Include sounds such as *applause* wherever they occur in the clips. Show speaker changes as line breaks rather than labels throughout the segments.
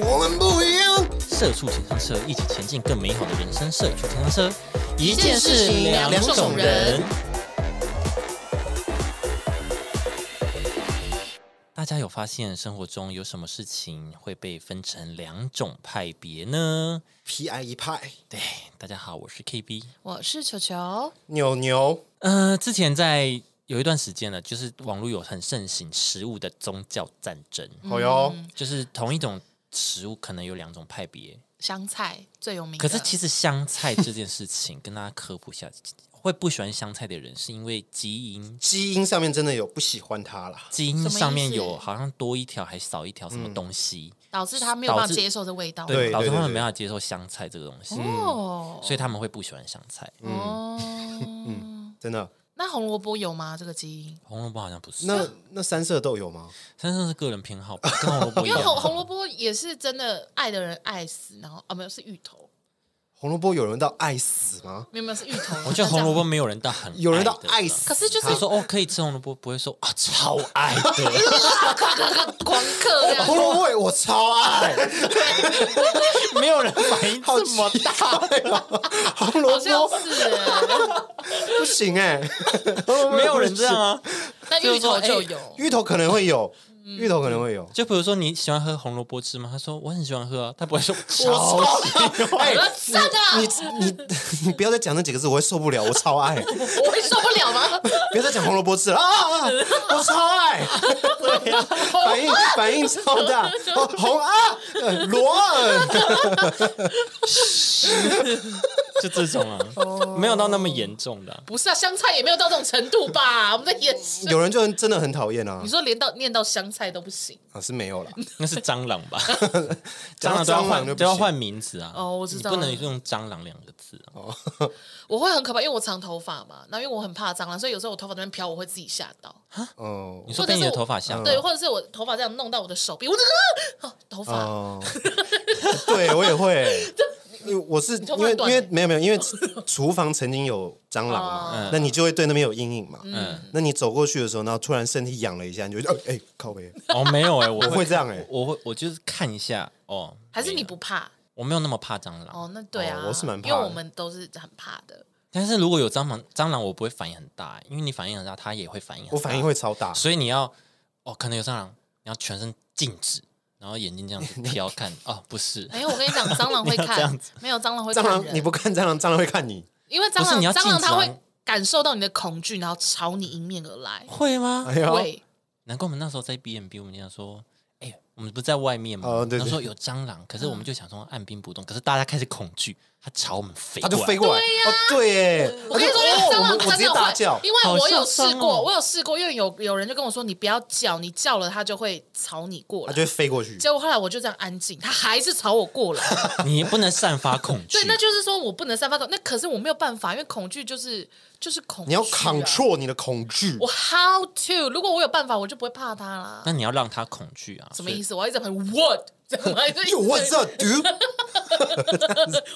我们不一样。
社畜情商车，一起前进更美好的人生。社畜情商车，一
件事情两种人。
大家有发现生活中有什么事情会被分成两种派别呢？
PI 一 E 派，
对，大家好，我是 KB。
我是球球，
扭扭，
呃，之前在有一段时间了，就是网络有很盛行食物的宗教战争，
好哟，
就是同一种食物可能有两种派别，
香菜最有名的。
可是其实香菜这件事情，跟大家科普一下，会不喜欢香菜的人是因为基因，
基因上面真的有不喜欢他啦。
基因
什么意
上面
思
有好像多一条还少一条什么东西，
导致他没有
导
办法
致
接受这味道。
嗯对
导致他们
对
没办法接受香菜这个东西，
哦，
所以他们会不喜欢香菜。
嗯
哦，
真的，
*laughs* 那红萝卜有吗？这个基因？
红萝卜好像不是，
那那三色豆有吗？
但是是个人偏好吧，跟红萝卜一
*laughs* 因为
样。
红红萝卜也是真的爱的人爱死，然后啊没有是芋头，
红萝卜有人到爱死吗？
没有没有是芋头。
我觉得红萝卜没有人到很
有人到
的
爱
啦
死，
可是就是
他说哦可以吃红萝卜，不会说啊超爱的， *laughs*
狂客这样
红萝卜我超爱，
*laughs*
没有人反应
好
这么
奇
大。
怪哦红萝
好像
卜
是耶，
不行哎，
*laughs* 没有人这样啊，
那芋头就有。
芋头可能会有，
嗯
芋头可能
*laughs*
会有。
就比如说你喜欢喝红萝卜汁吗？他说我很喜欢喝啊，他不会
*laughs*
说
我
超哎喜 *laughs* 欢。
我真的，啊
你你你不要再讲这几个字，我会受不了，我超爱。
*laughs* 我会受不了吗？ *laughs*
不要再讲红萝卜汁了啊！啊我超爱， *laughs* 对呀、反应反应超大，哦、红啊，呃罗啊，
就这种
哦
啊，没有到那么严重的啊、
不是啊，香菜也没有到这种程度吧？我们在演示。
有人就很真的很讨厌啊
你，说连到念到香菜都不行
啊是没有啦，
那是蟑螂
*laughs*
吧？
讲到
蟑螂都要
蟑螂就
换
不
都要
行
换名字啊。
哦我知道哦
你不能用蟑螂两个字啊。
我会很可怕，因为我长头发嘛，那因为我很怕蟑螂，所以有时候我头发在那边飘，我会自己吓到。
哦
你说
或者
被你的
是我
头发吓
对，
到，
或者是我头发这样弄到我的手臂，我那个、啊、头发、
哦，对我也会，
*laughs*
因为我是
头
因
发
为因
短
为
欸
没有没有，因为厨房曾经有蟑螂
*laughs*
嘛，
嗯
哦
那你就会对那边有阴影嘛。
嗯，
那你走过去的时候，然后突然身体痒了一下，你就会哎、哎靠背，
哦，没有哎、
*laughs*
我
我会这样哎
我会我就是看一下哦，
还是
没
你
了
不怕？
我没有那么怕蟑螂，
哦，那对啊，
哦我是蛮怕的
因为我们都是很怕的。
但是如果有蟑螂，蟑螂我不会反应很大、欸因为你反应很大，它也会反应很大。
我反应会超大，
所以你要哦，可能有蟑螂，你要全身静止，然后眼睛这
*laughs*
样子挑看，哦，不是，
哎没有，我跟你讲，蟑螂会
你要这样
看
子，
没有蟑螂会
蟑
看
螂
人
你不看蟑螂，蟑螂会看你，
因为蟑
不是
螂
你要
蟑螂
禁止
它
啊
会感受到你的恐惧，然后朝你迎面而来。
会吗？
哎呦，
会，
难怪我们那时候在 B M B，我们经常说。哎、我们不是在外面吗？
哦对对嗯
然后
*laughs*
说有蟑螂，可是我们就想说按兵不动，可是大家开始恐惧，它朝我们飞，
它就飞，过来，哦，对耶，
我跟你说，因为
它就
蟑
哦我
螂
们我直
真
接
的
大
会，
叫，
因为我有试
好嚣张
过，
哦
我有试过，因为有有人就跟我说，你不要叫，你叫了它就会朝你过
它
来
就。会飞过去。
结果后来我就这样安静，它还是朝我过来。
你不能散
*laughs*
发恐惧。
对，那就是说我不能散发恐，那可是我没有办法，因为恐惧就是就是恐
你
惧啊、
要 control 你的恐惧
我 how to？如果我有办法，我就不会怕它啦。
那你要让它恐惧啊！
什么
所以
意思？我要一直很 what？怎 *laughs* 么一直
，You what's up, dude？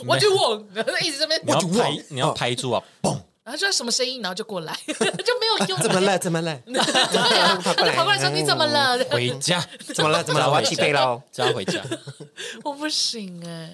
我就 what？然后一直这边，
你要
我哦就
拍
忘，
你要拍住
*laughs*
啊！嘣，
然后就什么声音，然后就过来， *laughs* 就没有用。
怎么
*laughs*
哎了？怎么了？
对啊，他就跑过来说你怎么了？ *laughs*
回家，
怎么了？怎么了？我要起飞喽！
*laughs* 叫它回家
我不行哎、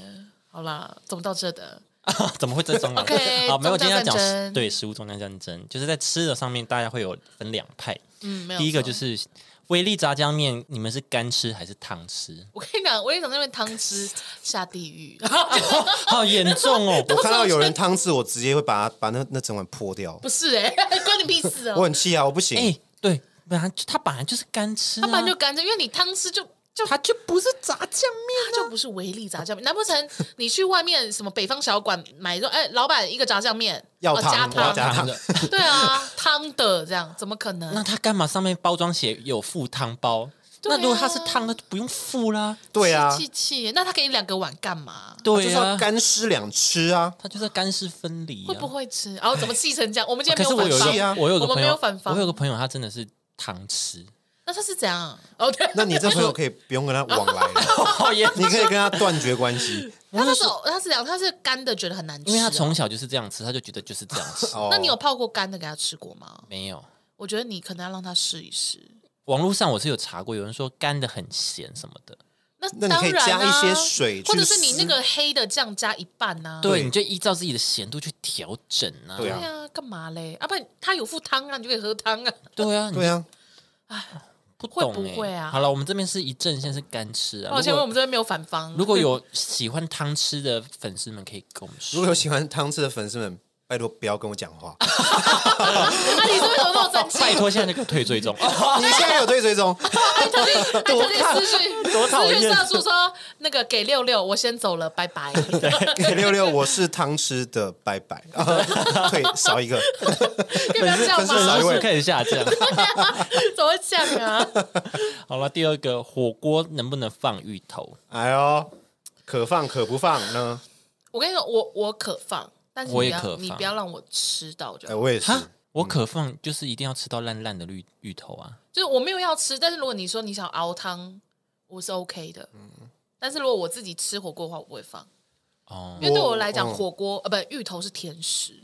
好啦，怎么到这的？
啊！怎么会这种啊 *laughs*
OK，
好，没有，
宗
今天要
教战
讲
争
对食物中间战争，就是在吃的上面，大家会有分两派。
嗯，没有错。
第一个就是威力炸酱面，你们是干吃还是汤吃？ *laughs*
我跟你讲，我跟你讲，那边汤汁下地狱， *laughs*
哦好严重哦！
我看到有人汤匙，我直接会把它把那那整碗泼掉
不。是哎、 *laughs* 关你屁事哦、
我很气啊！我不
哎、
行，
对，本来就它本来就是干吃、啊，
他本来就干着，因为你汤汁就就
它就不是炸酱啊
它就不是维力炸酱面，难不成你去外面什么北方小馆买说，哎、老板一个炸酱面
要
哦
汤
加
我要加
面
汤
汤的，
对啊，汤的这样怎么可
*laughs* 那
能？
它干嘛上面包装写有附汤包？
对啊
那如果它是汤，那就不用附啦。
对啊，
气气，那他给你两个碗干嘛？
就
对
是
啊
要，干湿两吃啊！
它就是干湿分离、啊。
会不会吃？然后怎么气成这样？我们今
可
天
是
没
我有
有
一
反
气
方，
啊
个，我有
我
个
们
朋
没有
友
反，方
我有个朋友，他真的是糖吃，
那他是怎样？哦，对，
那你这朋友可以不用跟他往来
*laughs*
了，
好严
你可以跟他断绝关系。
他那时候他是这样，他是干的，觉得很难吃。啊
因为
啊
他，从小就是这样吃，他就觉得就是这样吃
*laughs* 。哦
那你有泡过干的给他吃过吗？
没有，
我觉得你可能要让他试一试。
网络上我是有查过，有人说干的很咸什么的，
那
那你
当
可以
然
加一
啊
些水去
或者是你那
撕
个黑的酱加一半啊呐、
对，
对
你就依照自己的咸度去调整啊。
对啊
对啊，干嘛嘞？啊，不然他有附汤啊，你就可以喝汤啊。
对啊，
对
啊，
啊，
不懂
会
欸
不会啊
好了，我们这边是一阵线是干吃啊。
抱歉，
如
因为
果
哦我们这边没有反方。
如果有喜欢汤吃的粉丝们，可以跟我们
如
说。
果有喜欢汤汁的粉丝们，拜托不要跟我讲
*laughs*
话。
啊，你是为什么那么生气？
拜托，现在就给我退
*laughs*
追踪。
你现在有对追踪，
他特地
多
他
看
特地私讯
多讨
私
厌
讯社畜说那个给六六，我先走了，
*laughs*
拜拜。
给六六，我是汤汁的，拜拜。 *laughs* 啊对，少一个，
可以不要这样
粉丝少一
吗
位？
是开始下降。
怎么会这样啊？
好了，第二个火锅能不能放芋头？
哎呦，可放可不放呢？
我跟你说，我我可放，但是你
我
不
也
要
可放
你不要让我吃到就
哎，
好。
我也是，
哈，我可放，就是一定要吃到烂烂的芋芋头啊！
就是我没有要吃，但是如果你说你想熬汤，我是 OK 的。
嗯
但是如果我自己吃火锅的话，我不会放，
哦
因，为对我来讲，
嗯
火锅呃不芋头是甜食，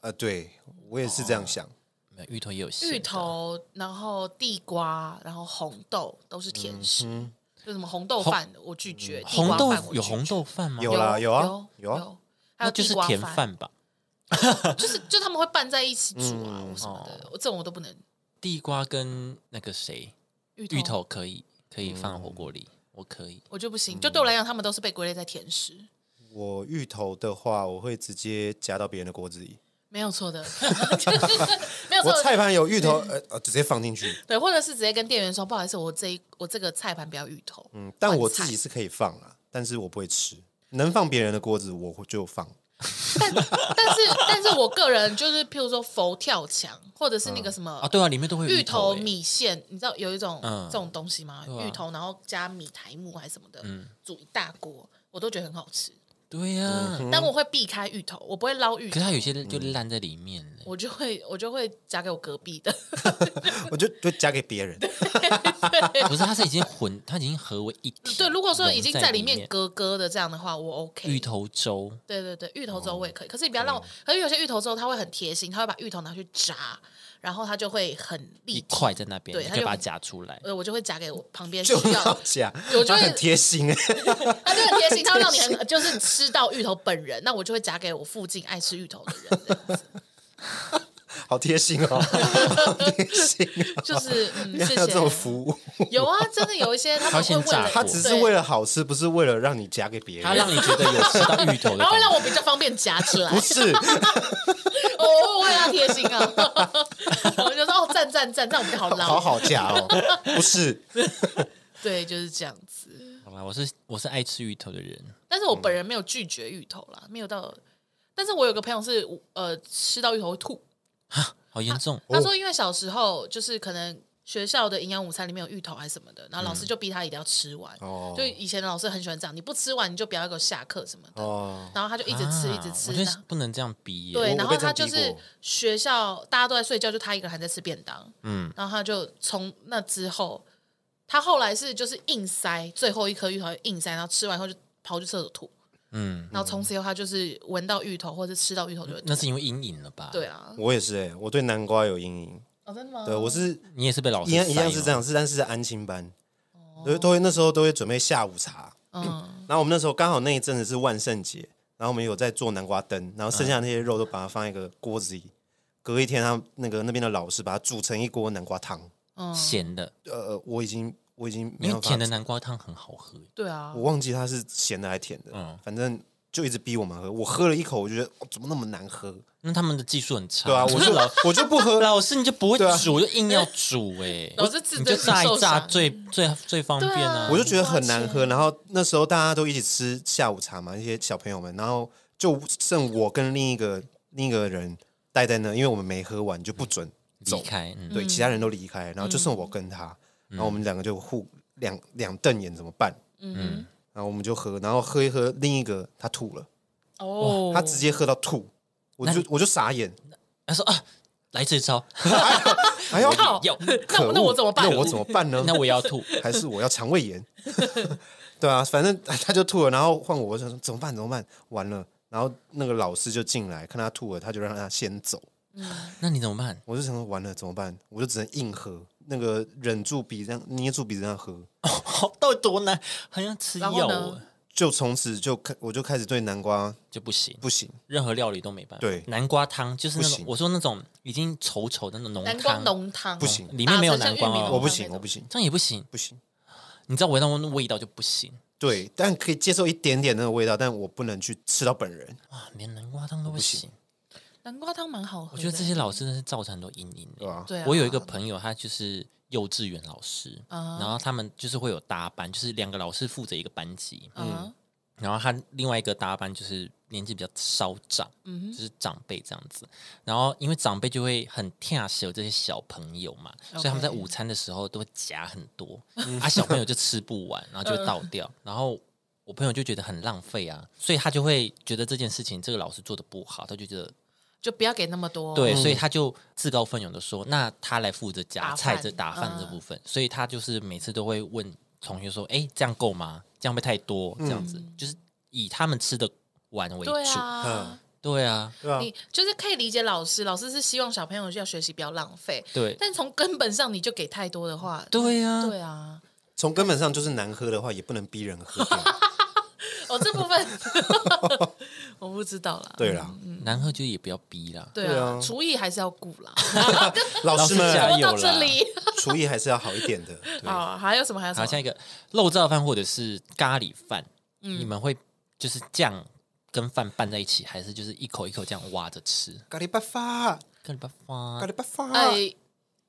呃，对我也是这样想。
没有芋头也有咸的
芋，头，然后地瓜，然后红豆都是甜食，就什么红豆饭我拒绝，地瓜
嗯红豆
饭我拒绝
有红豆饭吗？
有啦
有
啊
有
有啊
那
还有
就
地
是
瓜
甜
饭，
饭吧。
就是就他们会拌在一起煮啊，
嗯
我什
哦
么的，我这种我都不能。
地瓜跟那个谁，
芋
芋头可以可
嗯
以放火锅里，我可以。
我就不行，就对我来讲，他们都是被归类在甜食，
我芋头的话，我会直接夹到别人的锅子里。
没有错的，
*laughs*
没有
我
错的。
菜盘有芋头，
嗯
呃呃，直接放进去。
对，或者是直接跟店员说，不好意思，我这一我这个菜盘不要芋头，
嗯，但我
换菜
自己是可以放啦，但是我不会吃。能放别人的锅子，我会就放。
但是但是我个人就是，譬如说佛跳墙，或者是那个什么
啊，对啊，里面都会有
芋头
欸
米线，你知道有一种
嗯
这种东西吗？
对啊嗯
芋头，然后加米苔木还是什么的，煮一大锅，我都觉得很好吃。
对呀、
嗯
但我会避开芋头，我不会捞芋
嗯可是
头，
它有些就烂在里面了。
我就会我就会夹给我隔
*laughs*
壁的。
我就就夹给别
*laughs*
人。
不是，它是啊已经混，它已经合为一体。
对，如果说已经
啊融
在
在
里面
面，
咯咯的这样的话，我 OK。
芋，头哦粥
对对对，芋头粥我也可以。可是你不要让我，可是有些芋头粥它会很贴心，它会把芋头拿去炸，然后它就会很立
一
体。
块在那边，
对
你
它
可以
就
把它夹出来。
呃，我就会夹给我旁边需
就
*laughs* 要
要夹，
我就
他
会
很贴心哎、
他就很贴心，他会让
*laughs*
你很就是吃到芋头本人，那我就会夹给我附近爱吃芋头的人这样子，
好贴心
*laughs*
哦，好贴心哦。
就是
*laughs*
嗯，
原来
谢
有这种
谢。
服务，
有啊，真的有一些
他
他们会
先
为
炸
了
他只是为了好吃，不是为了让你夹给别人。
它让你觉得有吃到芋
*laughs*
头的
然后
感
让
觉。
我比较方便夹起来
*laughs* 不，
*laughs*
是，
哦，为了贴心啊， *laughs* 我就说哦，赞赞赞，这样我比较好
好
捞，
好夹哦， *laughs* 不
*laughs*
是。
对，就是这样子。
好啦，我是我是爱吃芋头的人，
但是我本人没有拒绝芋头啦，没有到，但是我有个朋友是呃吃到芋头会吐，
好严重。
哦
他说，因为小时候就是可能学校的营养午餐里面有芋头还是什么的，然后老师就逼他一定要吃完。
嗯哦
就以前的老师很喜欢这样，你不吃完你就不要给我下课什么的。
哦，
然后他就一直吃，
啊
一直吃。
我觉
然
得
后
不能这样逼耶。
对，
我
然
我
后
被这
他
样
就
逼过
是学校大家都在睡觉，就他一个人还在吃便当。嗯，然后他就从那之后，他后来是就是硬塞最后一颗芋头硬塞，然后吃完以后就跑去厕所吐。
嗯，
然后从此以后，他就是闻到芋头或者吃到芋头就会吐。
那是因为阴影了吧？
对，啊，
我也是哎、我对南瓜有阴影。
哦，真的吗？
对，我是
你也是被老师
一样一
塞
样是
哦
这。样，是但是在安亲班，都都会那时候都会准备下午茶。
哦嗯，
然后我们那时候刚好那一阵子是万圣节，然后我们有在做南瓜灯，然后剩
嗯
下那些肉都把它放在一个锅子里。隔一天，他那个那边的老师把它煮成一锅南瓜汤。
嗯
咸的，
呃，我已经我已经没
因
有
为甜
办
的
法，
南瓜汤很好喝。
对啊
我，忘记它是咸的还是甜的，
嗯
反正就一直逼我们喝。我喝了一口，我觉得、哦怎么那么难喝？
那他们的技术很差。
对啊，我就
老
我就不 *laughs* 喝。
老师你就不会
对啊
煮，就硬要煮哎。
*laughs* 老师自
你就
尊心
炸一
受
炸
伤
最最最方便啊
对啊。
我就觉得很难喝。然后那时候大家都一起吃下午茶嘛，一些小朋友们，然后就剩我跟另一个另一个人待在那，因为我们没喝完就不准
离
走，
开，嗯，
对，其他人都离开，然后就剩我跟他，然后我们两个就互两两瞪眼怎么办？
嗯
然后我们就喝，然后喝一喝，另一个他吐了，
哼，哦，
他直接喝到吐，我就我就傻眼，
他说啊，来这招，
哎呦，
靠，
有
*laughs*
*laughs*
那
可恶
我那我怎么办？
那我怎么
*laughs*
办呢？
那我也要吐。
还是我要肠胃炎？对啊，反正他就吐了，然后换我，我就说怎么办？怎么办？完了，然后那个老师就进来，看他吐了，他就让他先走。
嗯
那你怎么办？
*laughs* 我就想说完了怎么办？我就只能硬喝，那个忍住鼻子让捏住鼻子让喝，
好到底多难，好像吃
然
药
后呢
哦
就从此就开我就开始对南瓜
就不行，
不行，
任何料理都没办法。
对
南瓜汤就是那
不
种
行
我说那种已经稠稠的那种浓
南瓜
汤，
浓汤
不行
里面没有南瓜哦
我不
打成像玉米
行
浓汤那种
我不行
这样也不行。
不行，
你知道闻到那味道就不行
对，但可以接受一点点那个味道，但我不能去吃到本人，
啊，连南瓜汤都不行。
南瓜汤蛮好喝的。
我觉得这些老师真的是造成很多阴影欸。
对吧？
对啊，
我有一个朋友，他就是幼稚园老师，
啊
然后他们就是会有搭班，就是两个老师负责一个班级，
嗯
然后他另外一个搭班就是年纪比较稍长，
嗯
就是长辈这样子。然后因为长辈就会很疼惜有这些小朋友嘛，所以他们在午餐的时候都会夹很多，啊，小朋友就吃不完，然后就会倒掉。
嗯
*laughs* 然后我朋友就觉得很浪费啊，所以他就会觉得这件事情这个老师做的不好，他就觉得
就不要给那么多。
对，所以他就自告奋勇的说，那他来负责夹
嗯打
菜
饭嗯
这打饭这部分，所以他就是每次都会问同学说，哎，这样够吗？这样会不会太多？这样子就是以他们吃的碗为主，
嗯对啊，
对啊，
对吧？
你就是可以理解老师，老师是希望小朋友就要学习不要浪费，
对
但从根本上你就给太多的话，
对啊
对啊，
从根本上就是难喝的话，也不能逼人喝掉，
*laughs* 哦这部分 *laughs* 我不知道啦。
对
啊
啦，
难喝就也不要逼啦。
对
对
啊
啊，
厨艺还是要顾啦。
老师
*laughs* 老师加油
们
说到这里，
*laughs* 厨艺还是要好一点的，对
好，还有什么？还有什
好，
么？
下一个肉燥饭或者是咖喱饭，
嗯
你们会就是酱跟饭拌在一起，还是就是一口一口这样挖着吃？
咖喱巴发，
咖喱拌
咖
饭，
喱巴发，
哎，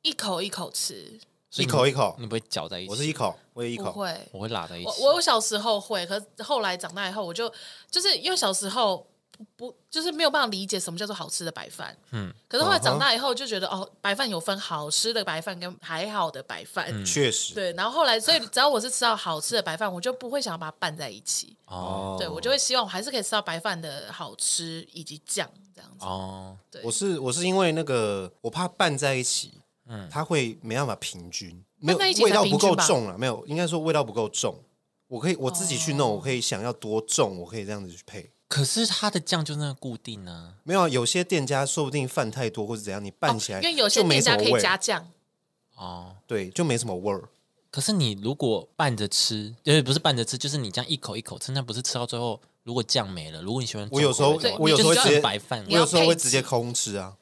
一口一口吃，
所以
一口一口
你们不会搅在一起？
我是一口，我也一
不
口，
会。
我会拉在一起。
我我有小时候会，可是后来长大以后，我就就是因为小时候不不就是没有办法理解什么叫做好吃的白饭，嗯，可是后来长大以后就觉得、哦，白饭有分好吃的白饭跟还好的白饭，
确实，
对，然后后来所以只要我是吃到好吃的白饭，我就不会想要把它拌在一起，
哦
对我就会希望我还是可以吃到白饭的好吃以及酱这样子，
哦，
我是我是因为那个我怕拌在一起，嗯，它会没办法平均，没有
拌在一起才
味道不够
平均吧哦
重啊了，没有，应该说味道不够重。我可以我自己去弄，我可以想要多重，我可以这样子去配。
可是它的酱就那个固定啊，
没有啊，有些店家说不定饭太多或者怎样，你拌起来
哦因为有些
就没
店
什么
家可
味
以
儿，
加酱，
哦。
对，就没什么味儿。
可是你如果拌着吃，就是不是拌着吃，就是你这样一口一口吃，那不是吃到最后，如果酱没了，如果你喜欢
我
重口味的
有
话，
时候
对
我有时候
你
会直
就是
接啊
很白饭
我
你要
有时候
配
会
置
直接空吃啊，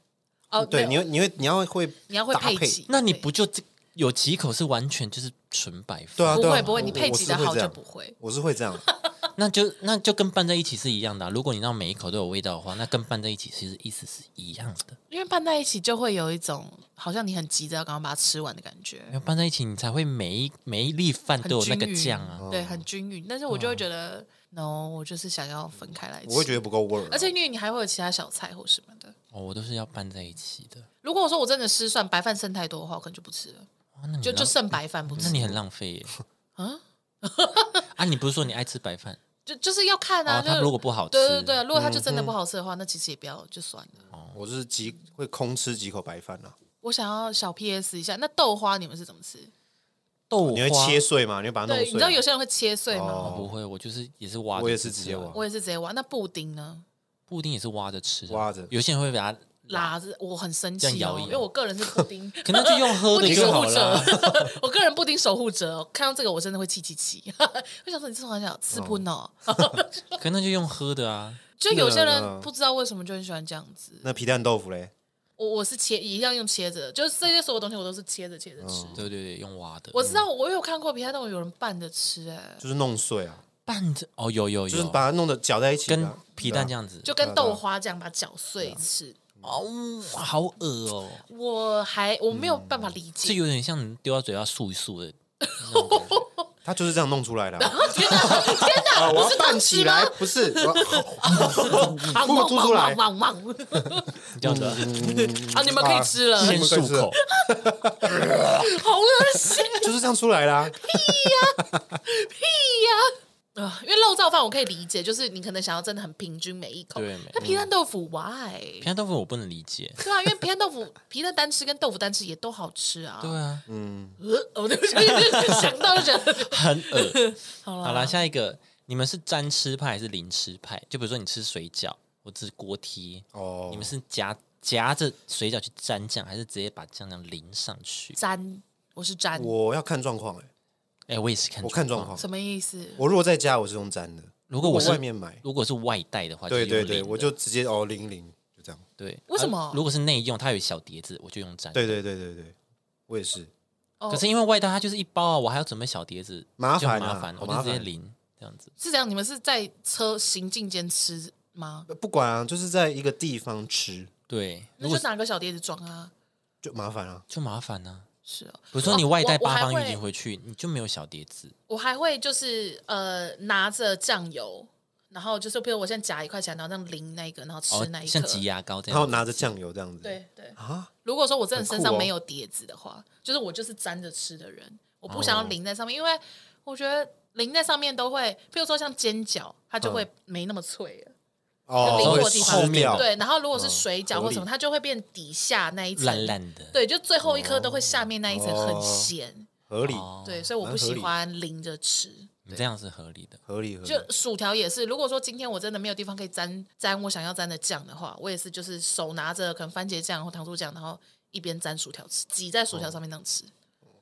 哦，
对，
没
你
有
会你会你要会
你要会
搭
配
配
起，
那你
对
不就这有几口是完全就是纯白饭？
对啊，
不
对啊
会不会，你
我
配
我
几
是
的
会
好
这
就
样
不会。
我是会这样，
那就那就跟拌在一起是一样的啊、如果你让每一口都有味道的话，那跟拌在一起其实意思是一样的。
因为拌在一起就会有一种好像你很急着要赶快把它吃完的感觉，
要拌在一起，你才会每一每一粒饭
很
都嗯有那个
均匀
酱啊。
哦
嗯
对，很均匀。但是我就会觉得、n o 我就是想要分开来吃。
我会觉
得，
得不够味儿啊。
而且因为你还会有其他小菜或什么的。
哦，我都是要拌在一起的。
如果我说我真的失算，白饭剩太多的话，我可能就不吃了，
哇哦那你
就
浪
就剩白饭不
嗯那
吃。
你很浪费耶。 *laughs* 啊啊！你不是说你爱吃白
哦
饭？
就就是要看啊，
哦，它
就
如果不好吃，嗯
对对对，如果它就真的不好吃的话，那其实也不要就算了。
我是几会空吃几口白饭啊，
我想要小 PS 一下，那豆花你们是怎么吃？
豆
你会
花
切碎吗？你会把它弄碎
对，
啊
你
吗？
知道有些人会切碎吗？
哦
不会，我就是也是挖着吃啊，
我也是直接挖
我也是直接挖。那布丁呢？
布丁也是挖着吃的，
挖着
有些人会把它，
拉着我很生
这样
气
摇
哦，
一摇
因为我个人是布丁
可能就用喝
布
的
丁
就
*laughs* 守
好
护者
了。，
我个人布丁守护者哦，看到这个我真的会气气气。 *laughs* 我想说你这种很想吃喷哦，
可能就用喝的啊，
就有些
对啊
人不知道为什么就很喜欢这样子。
那皮蛋豆腐嘞？
我我是切一样用切着，就是这些所有东西我都是切着切着吃。
对对对，用挖的。
我知道我有看过皮蛋豆腐有人拌着吃，哎，
就是弄碎啊，
拌着哦，有有
就是
有，
把它弄得搅在一起的
跟
啊，
皮蛋
对
这
啊
样子，
就跟豆花这样把它搅碎吃。
哦，好恶哦，
我还我没有办法理
这
解，
有点像你丢到嘴巴漱一漱的。
它就是这样弄出来的
*laughs*
啊。天哪，我要拌起来，不是，我
*laughs* 啊
吐吐出来
汪汪汪汪
这样子啊
嗯
啊！你们可以吃了，
先漱口，
好恶心。
就是这样出来啦。
啊，因为肉燥饭我可以理解，就是你可能想要真的很平均每一口。
对嗯每
那皮蛋豆腐 why？
皮蛋豆腐我不能理解。
对啊，因为皮蛋豆腐皮蛋单吃跟豆腐单吃也都好吃啊。
对啊，
呃，我就想到就觉得
很恶。
*laughs* 好
好
了。
啦，下一个，你们是沾吃派还是零吃派？就比如说你吃水饺或者是锅贴，
哦
你们是夹夹着水饺去沾酱，还是直接把酱这样淋上去？
沾我是沾，
我要看状况哎，
哎、我也是看
我看状况。
什么意思？
我如果在家，我是用粘的；
啊如果我是
外面买，
如果是外带的话，
对
就是
对
用
对，
淋的
我就直接哦零零就这样。
对。
为什么
啊如果是内用，它有小碟子，我就用沾。
对对对对对，我也是。
哦
可是因为外带它就是一包啊，我还要准备小碟子，
麻
就
烦啊
很麻烦，
好
我
麻
就
烦
直接淋这样子。
是这样，你们是在车行进间吃吗？
不管啊，就是在一个地方吃
对，
那
如
就
果
拿个小碟子装啊。
就麻烦啊。
就麻烦呢、
是哦，
比如说你外带
我我
八
还
方
会
云集回去，你就没有小碟子。
我还会就是呃拿着酱油，然后就是比如我现在夹一块起来，然后这样淋那个，然后吃
哦
那，一颗。
像挤牙膏这
然后
样子。
拿着酱油这样子。
对对，
啊，
如果说我真的身
很
上
酷哦
没有碟子的话，就是我就是沾着吃的人，我不
哦
想要淋在上面，因为我觉得淋在上面都会，譬如说像煎饺，它就会没那么脆了。
嗯哦，
淋过
会
的地方
湿掉。嗯
对，然后如果是水饺
合
或
理
什么，它就会变底下那一层
烂烂的，
对，就最后一
哦
颗都会下面那一层很咸，
合理
哦，
对，所以我不
哦蛮合理
喜欢淋着吃。
你嗯这样是合理的。
合理合理。
就薯条也是，如果说今天我真的没有地方可以沾沾我想要沾的酱的话，我也是就是手拿着可能番茄酱或糖醋酱，然后一边沾薯条吃，挤在薯
哦
条上面这样吃。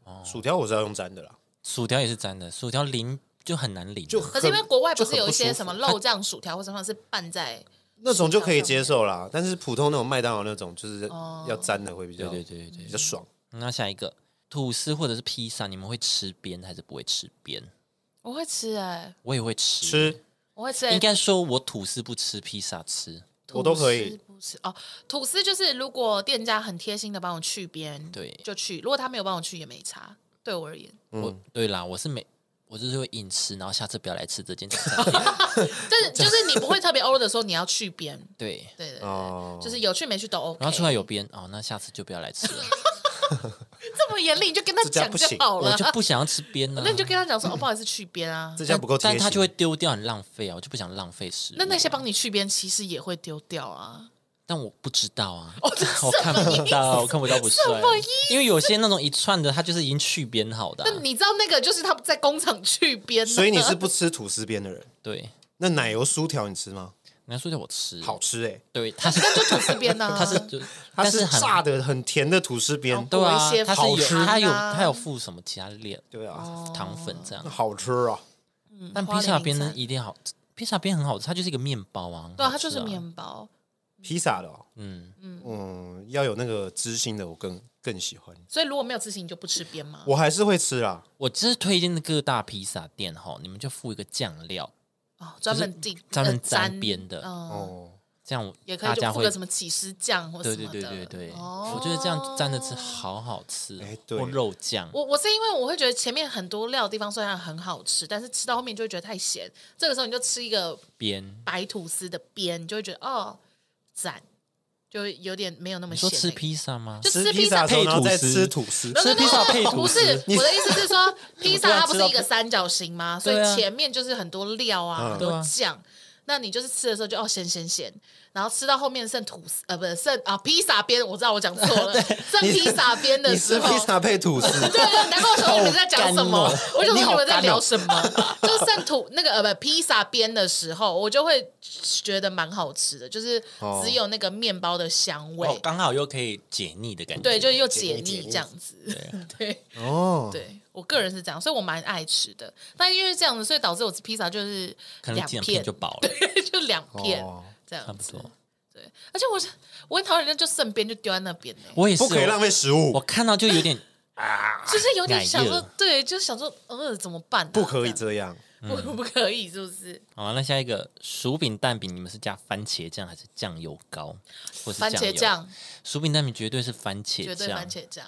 哦
薯条我是要用粘的啦，
薯条也是沾的，薯条淋就很难淋啊，
就
可是因为
很
国外
就
不是
很
有
不
一
舒
些
服
什么肉酱薯条或什么是拌在
那种就可以接受啦，但是普通那种麦当劳那种就是
哦
要粘的会比较
对对对对
比
嗯对。
较爽。
那下一个吐司或者是披萨，你们会吃边还是不会吃边？
我会吃哎、
我也会吃，
吃
我会吃、欸，
应该说我吐司不吃，披萨吃。
我都可以
吐司不是哦，吐司就是如果店家很贴心的帮我去边，
对
就去；如果他没有帮我去也没差。对我而言，
我
嗯
对啦，我是没，我就是会硬吃，然后下次不要来吃这间餐
*laughs*
厅。
但是就是你不会特别 order 说你要去边，
对，
对对对，
哦，
就是有去没去都 OK。
然后出来有边哦，那下次就不要来吃
*laughs*
了。
这么严厉，你就跟他
这家
讲
不
就
行
好
我
了
就。不想要吃
*laughs*
边呢、
那你就跟他讲说，哦，不好意思，去边啊。
这家
但
不够贴
但
心，
他就会丢掉，很浪费啊！我就不想浪费食物。
那那些帮你去边，其实也会丢掉啊。
*laughs*
哦
但我不知道啊，
这
我看不到，我看不到不帅
什么意，
因为有些那种一串的，它就是已经去边好的啊、
那你知道那个就是他在工厂去边，
所以你是不吃吐司边的人。
对，
那奶油酥条你吃吗？
你要说叫我吃，
好，吃哎，
对，它是
就吐司边啊。
它是就，
它
但是很
炸的很甜的吐司边，
对
多一
啊
些，
它是
好
有
吃
它有
啊哦
它有附什么其他料
对啊，
糖粉这样
那，好吃啊。
但
花
披萨
莲
边
饮
呢
餐
一定好，披萨边很好吃，它就是一个面包啊，
对啊，
好
它
吃
就是
啊，
面包。
披萨的、哦，
嗯，
嗯，要有那个芝心的，我更更喜欢。
所以如果没有自信，你就不吃边吗？
我还是会吃啊，
我这是推荐的各大披萨店哈，你们就附一个酱料，
哦，专门定
专门
呃
沾
沾
边的
哦，
哦，
这样
也可
大
以就
家
附
会
个什么起司酱或
对
什
对
么的。
对对对，
哦
我觉得这样蘸着吃好好吃
哎，对
或肉酱，
我我是因为我会觉得前面很多料的地方虽然很好吃，但是吃到后面就会觉得太咸。这个时候你就吃一个
边。
白吐司的边，你就会觉得哦，赞，就会有点没有那么
你
咸
说
那个。
吃披萨吗？哦
就
吃
吃
披
披
萨
萨
的时候
配
然后
吐
再
司
吃吐司，
没有
吃披萨配吐
不
司
是
你
我的意思
*laughs*
是说，披萨它不是一
我突然知
个
道
三角形吗？所以
对啊
前面就是很多料啊，
嗯
很
对
多
啊
酱。那你就是吃的时候就哦咸咸咸，然后吃到后面剩吐司呃不是剩啊披萨边，我知道我讲
*laughs*
错了，剩
你
披萨边的哦
你
时
吃
候，
披萨配吐司，
*laughs* 对对，难怪我想说你们在讲什么，
好干哦
我想说你们在
你好干
聊
哦 *laughs*
什么， *laughs* 就剩土那个呃不披萨边的时候，我就会觉得蛮好吃的，就是
哦
只有那个面包的香味，
哦，刚好又可以解腻的感觉。
对，就又
解
解
腻解
腻
腻
这样子， *laughs* 对。
哦，
对我个人是这样，所以我蛮爱吃的。但因为这样子，所以导致我吃披萨就是
可能
两
几两
片
片就饱了，
*laughs* 就两片、
哦
这
差
样
不
子。
多。
对，而且我是我很讨厌人家就剩边就丢在那边呢、
我也是，哦
不可以浪费食物
我。我，看到就有点，
就是有点
奶
想
油
说，对，就想说，呃，怎么办啊、
不可以
这
这样。
样，不不可以，是不是？
好啊，那下一个薯饼蛋饼，你们是加番茄酱还是酱油膏，或是
番茄
油？
酱，
薯饼蛋饼绝对是番茄
绝对
酱
番，茄酱，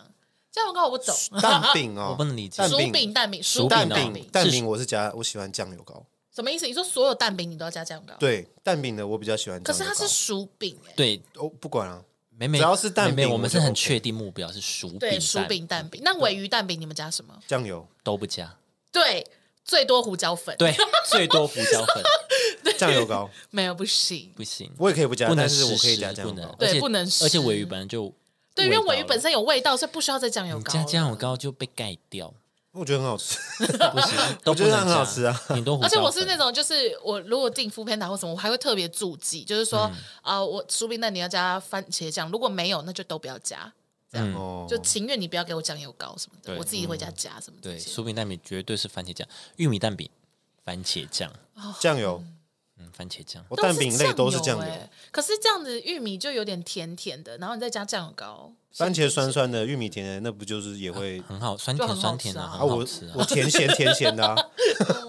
酱油膏我不 *laughs* 懂。
蛋饼哦，
我不能理解
*laughs* 蛋
薯
饼
饼蛋饼，
薯
薯
蛋
饼
饼
饼
是
蛋饼我是加，我喜欢酱油膏。
什么意思？你说所有蛋饼你都要加酱油膏？。
对，蛋饼的我比较喜欢
可
酱油
是
膏。
它是薯饼哎、
对，
哦，不管啊，
美美
只要是蛋饼
美美我们是
我就
很
OK
确定目标是薯饼
对，
蛋
薯饼蛋饼。那尾鱼蛋饼你们加什么？
酱油
都不加，
对，最多胡椒粉。，
对，最多胡椒
*laughs*
粉
酱油膏，
没有不行。
不行。
我也可以不加，
不能
啊但是我
试
可以
食，
加酱
不
油
能
膏，。
对
而且
不能试
而且尾鱼本来就
对，因为
味道
尾鱼
了
本身有味道，所以不需要再酱油膏
加
了。
酱油膏就被盖掉，
我觉得很好 *laughs* 吃。
不 *laughs* 行，都
我觉
不
得
能
很好吃啊
加，顶多胡
而且
椒
我是那
粉
种，就是我如果订敷片达或什么，我还会特别
嗯
注记，就是说啊、我薯饼蛋你要加番茄酱，如果没有那就都不要加，这样、
哦，
就情愿你不要给我酱油膏什么的，
对嗯
我自己回家加什么这
对，
些。
酥饼蛋饼绝对是番茄酱，玉米蛋饼番茄酱，
酱油，
嗯，番茄酱，
我
都
蛋
是
饼类都是酱油，
欸可是这样子玉米就有点甜甜的，然后你再加酱油膏，
番茄酸酸的，玉米甜甜，那不就是也会
很好，酸
就
甜
很好
酸
吃
甜啊，
啊
啊？
很好
我
吃啊
我甜咸甜咸的啊，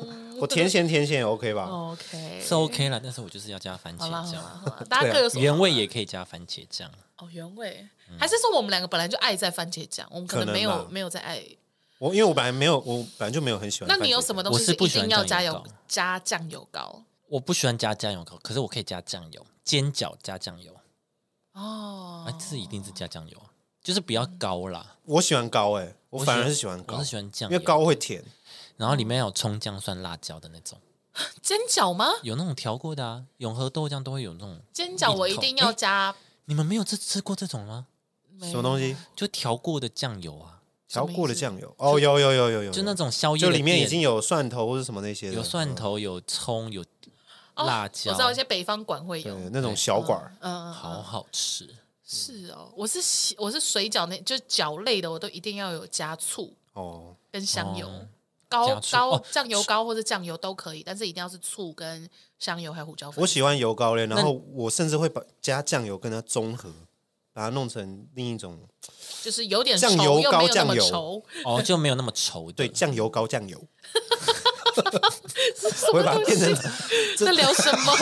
嗯
*laughs* 我甜咸甜咸也 OK
哦
吧？
OK
是 OK 了，但是我就是要加番
好啦
茄哦
好啦
酱，
好啦，大
啊
家各有所
原味也可以加番茄酱，
哦原味，
嗯
还是说我们两个本来就爱在番茄酱，我们可
可
能
能
没有
吧
没有在爱。
我因为我本来没有，我本来就没有很喜欢
那
番茄酱。
你有什么东
我
西
是不
一
喜欢
定要
酱
加
油
油
膏
加酱油膏？
我不喜欢加酱油膏，可是我可以加酱油，煎饺加酱油，
哦
啊，，这一定是加酱油啊，就是不要高啦，
我喜欢高哎、我反而是喜欢
我
高
是，喜欢酱
因
油，
为高会甜。
然后里面有葱姜蒜辣椒的那种，
煎饺吗？
有那种调过的啊，永和豆浆都会有那种，
煎饺我一定要加
你们没有吃吃过这种吗？
没有
什么东西？
就调过的酱油啊，
调过的酱油哦，有有有有有，
就那种宵夜的
就
店，
里面已经嗯有蒜头或者什么那些的，
有蒜头、有葱、有
哦
辣椒，
我知道一些北方馆会
对
有，
那种小管儿，
嗯，
好好
*laughs*
吃。
是哦，我是喜我是水饺那就是饺类的，我都一定要有加醋
哦，
跟香油，
哦
高
加醋
高
哦
酱油膏或者酱油都可以，但是一定要是醋跟香油还有胡椒粉。
我喜欢油膏类，然后我甚至会把加酱油跟它综合，把它弄成另一种
就是有点
酱
稠
油
又
膏
没有那
酱
么
油
稠，
哦，就没有那么稠的。 *laughs*
对酱油膏酱油，
*laughs* 什
我
么
会把它
东
变成
西？在聊什么？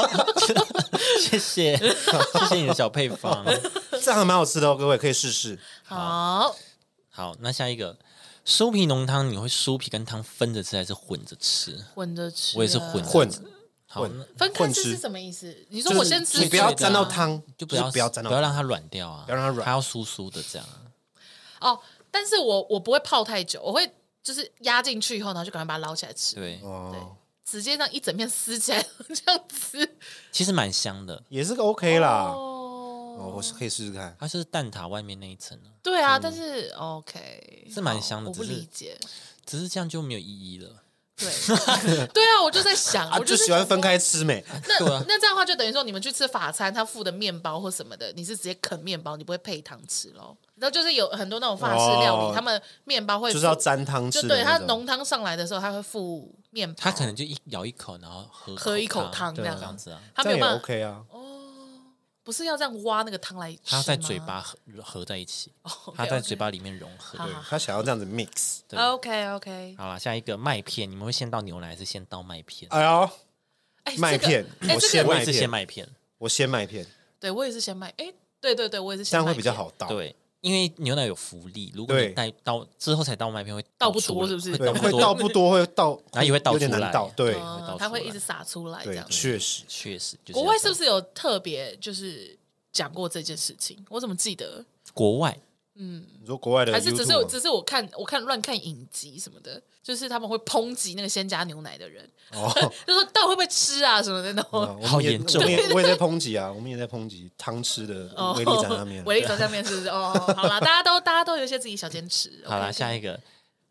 谢谢， *laughs* 谢谢你的小配方。
这样还蛮好吃的哦，各位可以试试。
好，
好，那下一个酥皮浓汤，你会酥皮跟汤分着吃还是混着吃？
混着吃啊，
我也是混
混
好，
混
那
分开
混
吃
吃
是什么意思？你说
就是
我先吃
你不要
水的啊
沾
吗
到汤，
就不
是
要
不要沾到
不要
汤，
让它软掉啊，
不要让它软
它要酥酥的这样啊。
哦，但是我我不会泡太久，我会就是压进去以后，然后就赶快把它捞起来吃，
对，
哦，
直接让一整片撕起来 *laughs* 这样吃。
其实蛮香的，
也是个 OK 啦，哦，
哦，
我嗯是可以试试看。
它是蛋挞外面那一层啊，
对啊，但是 OK
是蛮
好
香的
我不
只是
理
*laughs*
解。
只是这样就没有意义了。
对 *laughs* 对啊，我就在想，
啊，
我
就是喜欢分开吃没？
那
对啊
那这样的话，就等于说你们去吃法餐，他附的面包或什么的，你是直接啃面包，你不会配汤吃咯。然后就是有很多那种法式料理，
哦
他们面包会
就
附
是要沾汤
就
吃的
对它
那种。
浓汤上来的时候，它会附面包，
它可能就一咬一口，然后喝
喝一口汤
对
这样
这样子啊，
它
这
没
样也
有办法，
OK 啊，
不是要这样挖那个汤来吃吗，
它
哦
在嘴巴合合在一起，它在嘴巴里面融合。
好
对
好
他想要这样子 mix。
OK OK，
好啦，下一个麦片，你们会先倒牛奶还是先倒麦片？
哎呦，
哎，
麦片
这个哎，
我
这
先
个
我
麦
也是
片
先麦片，
我先麦片，
对我也是先卖，哎，对对对，我也是
这
先
样
麦
会
片
比较。好倒。，
对，因为牛奶有浮力，如果
对
你带倒之后才倒麦片，会
倒不
出
多
来
是不是
对，
会
会
倒
倒
不
不
多，
多，会倒，
然后也会倒
有点
出来
难倒。对
会倒
嗯
出，
它会一
来
直洒出来这
对
样，子。
确实。
确实。就
国
要
外
这
是
样
不是有特别就是讲过这件事情？我怎么记得？
国外？
你说国外的
还是
呃 YouTube
只是我
吗
只是我看我看乱看影集什么的，就是他们会抨击那个先加牛奶的人， *laughs*
哦， *laughs*
就说到底会不会吃啊什么的那
啊
种。
我们
好
也
严重
我们也我也在抨击啊，我们也在抨击汤吃的威力在那
*laughs*
面。
哦维力炸酱面是不是？哦，
*laughs*
好啦，大家都大家都有一些自己小坚持。
好啦，
OK，OK
下一个，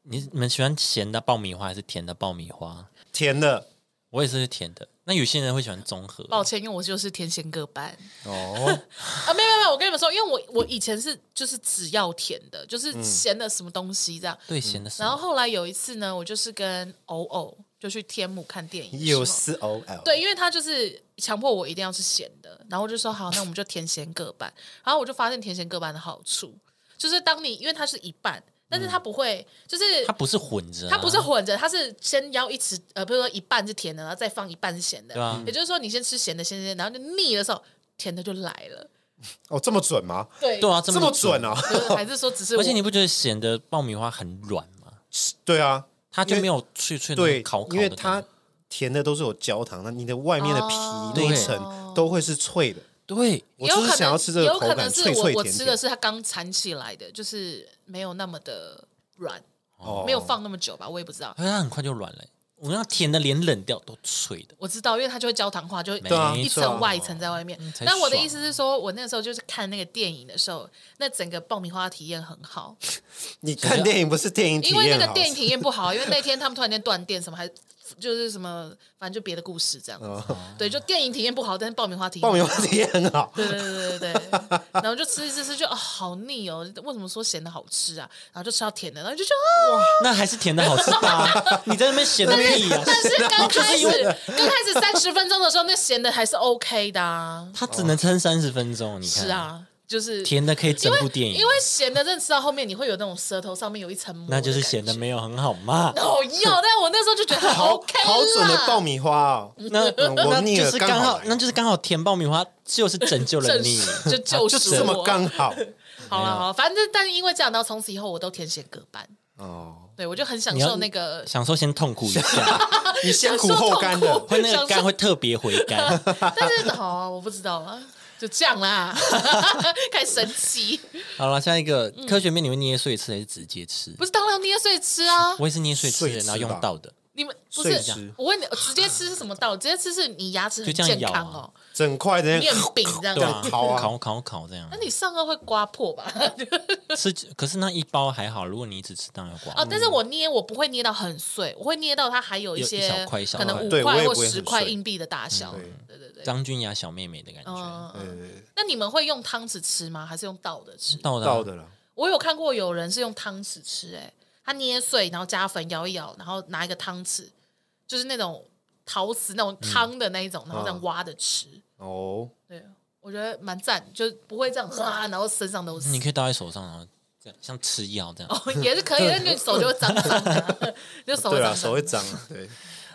你你们喜欢咸的爆米花还是甜的爆米花？
甜的
我也是甜的。那有些人会喜欢综合，
抱歉，因为我就是天仙各半
哦，
啊，没有没有没有，我跟你们说，因为我我以前是就是只要甜的，
嗯
就是咸的什么东西这样。
对咸的
嗯
什
然后
么？
后来有一次呢，我就是跟偶偶就去天母看电影的时候，
有丝偶尔
对，因为他就是强迫我一定要吃咸的，然后我就说好，那我们就甜咸各半。然后我就发现甜咸各半的好处，就是当你因为它是一半，但是它
嗯
不会，就是
它不是混着啊，
它不是混着，它是先要一匙呃，比如说一半是甜的，然后再放一半是咸的。
对啊
也就是说，你先吃咸的，先先，然后就腻的时候，甜的就来了。
哦，这么准吗？
对
对啊，
这么准啊？
*laughs* 就是还是说只是我
而且你不觉得咸的爆米花很软吗？
对啊，
它就
因为
没有脆脆的那
对
种烤，
因
烤的
为
感
它
觉。
甜的都是有焦糖，那你的外面的皮
哦
那一
对
层都会是脆的。
对，
我
有
就
可
是
能
想要吃这个
有
口
可
感
能是
脆
我
脆
我
甜
吃的
甜。
是它刚缠起来的，就是没有那么的软，
哦
没有放那么久吧，我也不知道。
可是它很快就软了欸、我们要甜的连冷掉都脆的，
我知道，因为它就会焦糖化，就会
对啊
一
没
层
错
外层在外面。
才
但我的
爽
意思是说，我那时候就是看那个电影的时候，那整个爆米花体验很好，
你看电影不是电影体
因为
验
那个
好
啊电影体验不好，因为那天他们突然间断电，什么还就是什么，反正就别的故事这样子。对，就电影体验不好，但是爆米花体验
爆米
花。
花体验很好，
对对对对对，对然后就吃一吃吃就哦好腻哦，为什么说咸的好吃啊？然后就吃到甜的，然后就觉得啊，
那还是甜的好吃吧？你在
*laughs*
那边咸的屁啊！
但是刚开始 *laughs* 刚开始三十分钟的时候，那咸的还是 OK 的啊。
它只能撑三十分钟，你看。
是，啊，就是
甜的可以整部电影，
因为咸的真的吃到后面，你会有那种舌头上面有一层膜，
那就是咸的。没有很好嘛。
*laughs* 哦要，但我那时候就觉得
好
OK
好准的
啦
爆米花哦。
那
嗯我
那
腻
就
了
是
刚
刚
好
好，那就是刚好甜爆米花就是拯
*laughs*
救了
正
你。啊
就就
就是这么
我
刚好
好了，好了，反正但是因为这样，然后从此以后我都填写隔班，
哦，
对我就很享
你要
受那个
享受先痛苦一下，
你先苦后甘
享受
的
痛苦，
会那个
享受
肝会特别回
*laughs*
甘。
但是好、啊，我不知道啊，就这样啦， *laughs* 开始神奇，
好了，下一个科学面你会捏碎吃还是直接吃
嗯不？是当然要捏碎吃啊，
我也是捏碎吃的，
碎吃
然后用
吧
到的，
你们不
碎
是
吃？
我问你，直接吃是什么道理？直接吃是你牙齿
就
很
这样
健
咬啊
康哦，
整块的那
面
个
饼这样
对啊，
子，
烤啊
烤烤烤这样
那。你上颚会刮破吧？
吃，可是那一包还好，如果你一直吃，当然要刮。
哦，但是我捏我不会捏到很碎，我会捏到它还有
嗯
一
有一
些
小块一小
可能
块
五
对我
块
也
或
不会很
十块
碎
硬币的大
嗯
小，对对对，
张君雅小妹妹的感觉，
嗯。
呃
那你们会用汤匙吃吗？还是用倒的吃？
到的啊
到的了，
我有看过有人是用汤匙吃、欸，他捏碎然后加粉摇一摇，然后拿一个汤匙，就是那种陶瓷那种
嗯
汤的那一种，然后这样挖着吃。
哦，
对，我觉得蛮赞，就是不会这样啊，然后身上都是。
你可以倒在手上，然后这样像吃药这样。
哦，也是可以，但你手就会脏脏的， *laughs* 就手会
对啊，
脏
手会
脏的。
脏啊，对，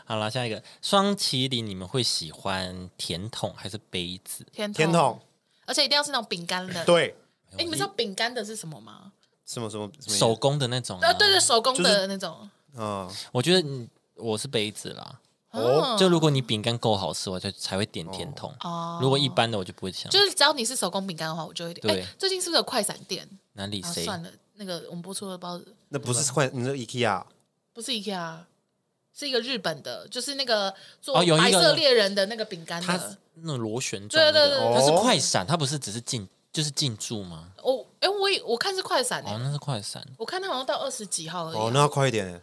好了，下一个双麒麟，你们会喜欢甜筒还是杯子？
甜
甜
筒
筒，，
而且一定要是那种饼干的。，
对，
哎，你们知道饼干的是什么吗？
什么什么什么
手工的那种、啊。
啊，对对，，手工
哦就
的
是
那种。
啊，
我觉得你我是杯子啦。
哦
嗯
就如果你饼干够好吃，我就才会点甜筒。
哦
如果一般的，我就不会想。
就是只要你是手工饼干的话，我就会点。
对
哎，最近是不是有快闪店？
哪里
啊，
谁？
算了，那个我们播出的包子
那不是换你那 IKEA
不是 IKEA，是一啊个日本的，就是那个做
哦有一个
白色猎人的那个饼干
它
的。
那种螺旋状的，
对对对
对
它是
哦
快闪，它不是只是进就是进驻吗？
哦，哎，我以我看是快闪
哦，
哎，
那是快闪。
我看它好像到二十几号而
哦，
已
那
啊。
要快一点，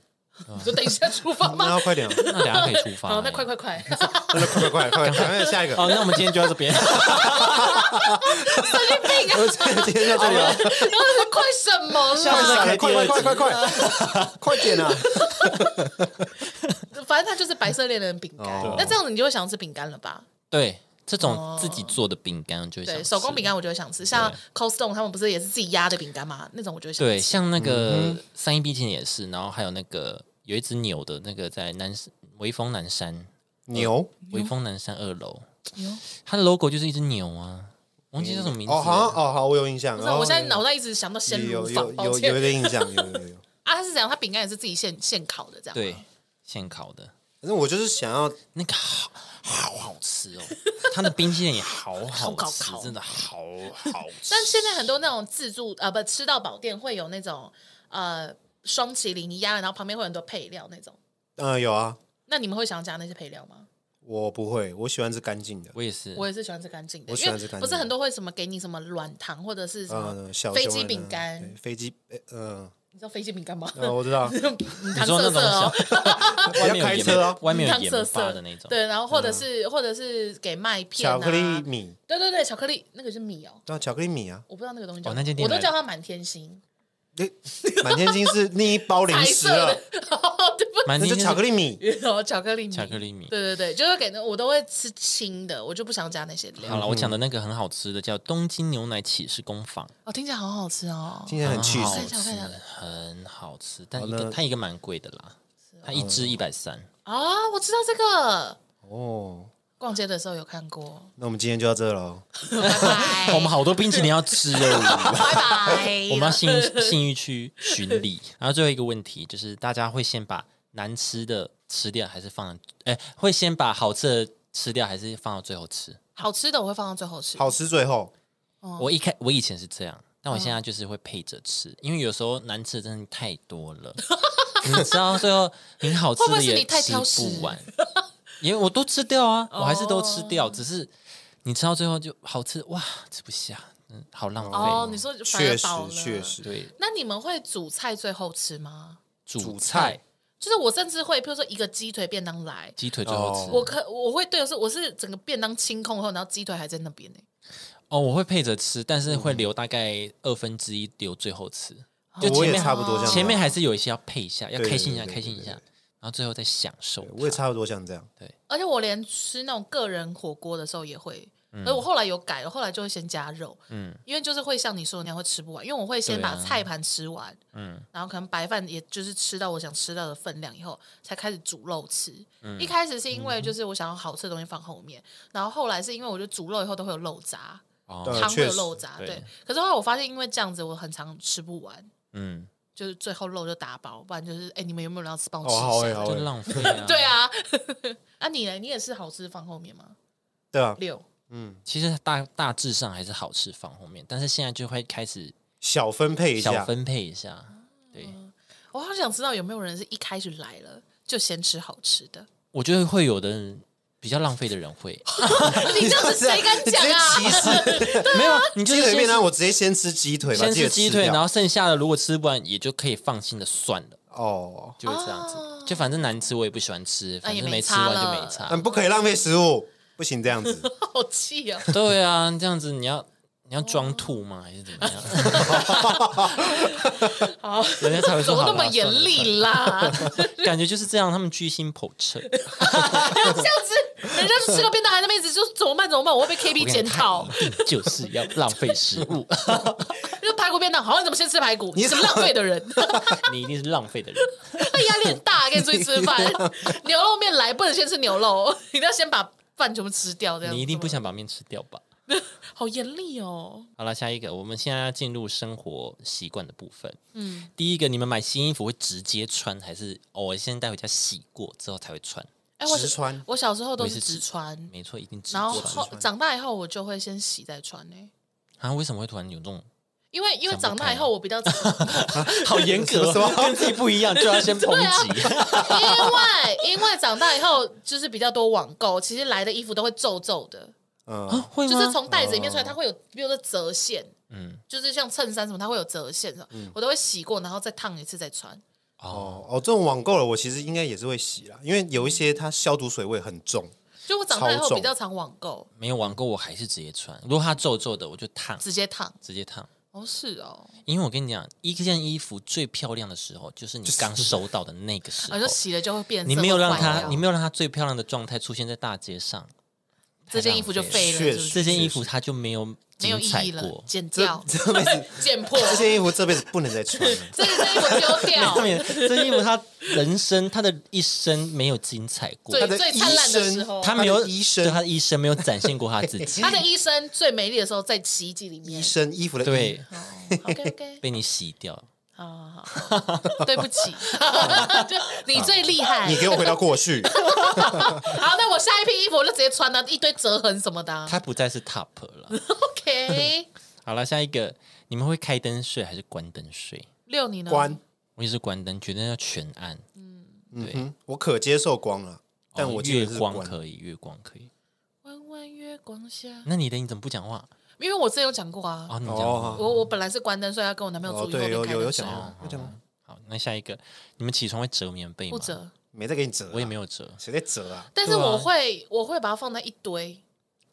你就等一下出发
那
*laughs*
吗？
要快点，
那等一下可以出发、欸
好，哦那快快快，
真的快快快快，赶快下一个，
哦，那我们今天就到这边。
我哦今天就这里了，
啊然后是快什么
下次再
啦？
开第二
快
集
快快快 *laughs* 快点啊！
反正它就是白色猎人饼干
哦。
那这样子你就会想吃饼干了吧？
*laughs* 对，这种自己做的饼干就会想
哦对，
吃
手工饼。干我就会想吃，像
对
Costco 他们不是也是自己压的饼干吗？那种我就会想
对，
吃。
像那个三一冰淇淋也是，然后还有那个有一只牛的那个在南威风南山，
牛
威风南山二楼，它的 logo 就是一只牛啊，忘记叫什么名字
哦，
了。
好像哦，好，我有印象。
不是，啊我现在
哦
脑袋一直想到鲜乳
有
坊
有，
抱
有有一
歉
个印象，有有有。
啊，它是这样，它饼干也是自己现现烤的这样。
对，现烤的
反正我就是想要
那个好好好吃哦， *laughs* 它的冰淇淋也好
*laughs* 好搞
好吃
烤，
真的好好
*laughs*
吃。
但现在很多那种自助呃不吃到饱店会有那种呃双麒麟，你压了，然后旁边会有很多配料那种。
嗯，有啊，
那你们会想加那些配料吗？
我不会，我喜欢吃干净的。
我也是，
我也是喜欢吃干净的，
我喜
因
欢
为
吃干净的
不是很多会什么给你什么软糖或者是什么
嗯，小
飞
熊
机
的
饼干，
对飞机，呃嗯，
你知道飞机饼干吗？
嗯我知道，
啊你
你
糖
说那种
色色哦，
*laughs* 要
小 *laughs* 外面有
开
盐
车哦
外面有
糖
盐
色
巴
色
的那种，
*laughs* 对，然后或者是或者是给麦片啊，
嗯巧克力米，
对对对，巧克力那个是米哦，
对啊，巧克力米
*laughs*
啊，
我不知道那个东西
哦
叫什
那
么，
间店
我都
来
叫它满天星， *laughs*
诶满天星是另一包零
白
食
色的
了，，
对不起
*laughs*
蛮
那就巧克
力
力米。
然后巧克力米，
巧克力米
对对对，就是给那我都会吃清的，我就不想加那些
好
料。
了，我讲的那个很好吃的叫东京牛奶起士工坊，
哦，听起来好好吃哦。
今天很气
啊好
死
看一下
吃
看一下，
很好吃，但
好啊
一个
那
它一个蛮贵的啦，它一支一百三。
啊，我知道这个，
哦！
逛街的时候有看
*laughs*
过。
那我们今天就到这喽，
拜拜，
哦我们好多冰淇淋要吃哦，
拜
*laughs*
拜，
我们要信信誉区巡礼。然后最后一个问题就是，大家会先把难吃的吃掉，还是放？哎，会先把好吃的吃掉，还是放到最后吃？
好吃的我会放到最后吃。
好吃最后
哦
我一开我以前是这样，但我现
嗯
在就是会配着吃，因为有时候难吃的真的太多了， *laughs* 你知道最后很好吃
会不
的
会是
也
你太
吃
挑食
不完，因为我都吃掉啊，我还是都吃
哦
掉，只是你吃到最后就好吃哇，吃不下，嗯，好浪费。
哦，你说反
确
而
实
饱了，
确。实
对，
那你们会煮菜最后吃吗？
主
菜
就是我甚至会，譬如说一个鸡腿便当来，
鸡腿最好吃。
哦
我可我会对我是我是整个便当清空后，然后鸡腿还在那边呢、欸
哦，我会配着吃，但是会留大概二分之一留最后吃，
哦
就
嗯我
前
也
面
差不多这样子，
前面还是有一些要配一下，要
对
开心一下，
对对
开心一下，
对
然后最后再享受
对
它。
我也差不多像这样。
而且我连吃那种个人火锅的时候也会，
嗯
而我后来有改，我后来就会先加肉，
嗯
因为就是会像你说的那样会吃不完，因为我会先
对
把
啊
菜盘吃完，
嗯
然后可能白饭也就是吃到我想吃到的分量以后，才开始煮肉吃。
嗯
一开始是因为就是我想要好吃的东西放后面，然后后来是因为我觉得煮肉以后都会有肉渣，
呃
哦
汤会有
确实
肉渣，
对
对。可是后来我发现，因为这样子我很常吃不完，
嗯，
就是最后肉就打包，不然就是哎、你们有没有人要吃？帮我
哦，
吃
好
一
诶，
下。
好
就
诶，
浪费啊。
*laughs* 对，啊，啊你呢？你也是好吃放后面吗？
对啊，
六
嗯，
其实大大致上还是好吃放后面，但是现在就会开始
小分配一
小
下，
分配一下。对，
我好想知道有没有人是一开始来了就先吃好吃的？
我觉得会有的人比较浪费的人会
啊你这样子谁敢讲啊？
你直接歧视
没有，啊你就
鸡
是
腿
先
便当，
吃
我直接先吃鸡腿，把
先吃鸡腿，
掉
然后剩下的如果吃不完，也就可以放心的算了，
哦，
就会这样子。就反正难吃我也不喜欢吃，反
也
正
没
没吃
差
完就
了
没差。
嗯，不可以浪费食物，不行这样
*laughs*
子。
*laughs* 好气哦！
对啊，这样子你要你要装吐吗？还是怎么样？
好，
人家才会
怎
说
么
好
那
啦
么严，厉啦？啊
算了感觉就是这样，他们居心叵测。
这样子，人家吃个便当还在那边一直就怎么办怎么办？我会被 KB 检讨
我。跟你讲他一定就是要浪费食 *laughs* 物，
*laughs* 就排骨便当，好，你怎么先吃排骨？你什么浪费的人？ *laughs*
你一定是浪费的人。
他压力很大，跟你出去吃饭。 *laughs* 牛肉面来不能先吃牛肉， *laughs* 你一定要先把饭全部吃掉，这样
你一定不
子吗
想把面吃掉吧？
好严厉哦。
好了，下一个，我们现在要进入生活习惯的部分。嗯，第一个，你们买新衣服会直接穿，还是偶尔先带回家洗过之后才会穿？
哎，我
直穿
我小时候都
我
是
也是
直
直
穿，
没错，一定直
然后
穿。
后长大以后我就会先洗再穿呢、
啊，为什么会突然有这 *laughs* 种
因为因为
想不
长大以
开啊
后我比较 *laughs* 常，
好严格
什么
哦，跟自己不一样就要先 *laughs* 抨击？
因为因为长大以后就是比较多网购，其实来的衣服都会皱皱的，
嗯，
啊会
就是
吗？哦
从袋子里面出来，它会有，比如说折线，
嗯，
就是像衬衫什么，它会有折线的，我都会洗过，然后再烫一次再穿。
哦，
哦哦，这种网购的我其实应该也是会洗啦，因为有一些它消毒水味很重，
就我长大以
超
后
重
比较常网购，
没有网购我还是直接穿。如果它皱皱的，我就烫，
直接烫。
直接烫。
哦，是哦，
因为我跟你讲，一件衣服最漂亮的时候，就是你刚收到的那个时
我
候
就。洗了就会变色，
你没有让
会坏
它，
掉
你没有让它最漂亮的状态出现在大街上，
这件衣服就
太浪
废了，
确
是不
实
是
这件衣服它就没有
没有
精
意
彩
义了 *laughs*
过，。
剪
这
掉、
这辈
*laughs*
子
剪破，
这件衣服这辈子不能再穿了。
这这衣服丢掉
*laughs* 上。面这件衣服，它人生它的一生没有精彩过，
最
他的
最灿烂的
医生
时候，
他没有
他的医生
对他的一生没有展现过他自
*laughs*
己，
她的一生最美丽的时候在洗衣机里面。
医生衣服的衣
对，
OK OK，
被你洗掉。
好好好
*laughs*
好，对不起，就你最厉害。
你给我回到过
*laughs*
去，
好，那我下一批衣服我就直接穿了、一堆折痕什么的啊、
他不再是 top 了。
OK，
好了，下一个，你们会开灯睡还是关灯睡？
六你呢？
关，
我也是关灯，觉得要全暗。
嗯哼，我可接受光了，但
哦
我基
月
本是
光
关
可以，月光可以。
弯弯月光下，
那你的你怎么不讲话？
因为我之前有讲过啊，
哦，你讲
哦
话。
我我本来是关灯，所以要跟我男朋友
哦，
住以后
对，有
面开
有有
灯
讲
睡，
吗？有讲吗？
哦好，那下一个，你们起床会折棉被吗？
不，折。
没在给你折啊，
我也没有折，
谁在折啊？
但是我会我会把它放在一堆，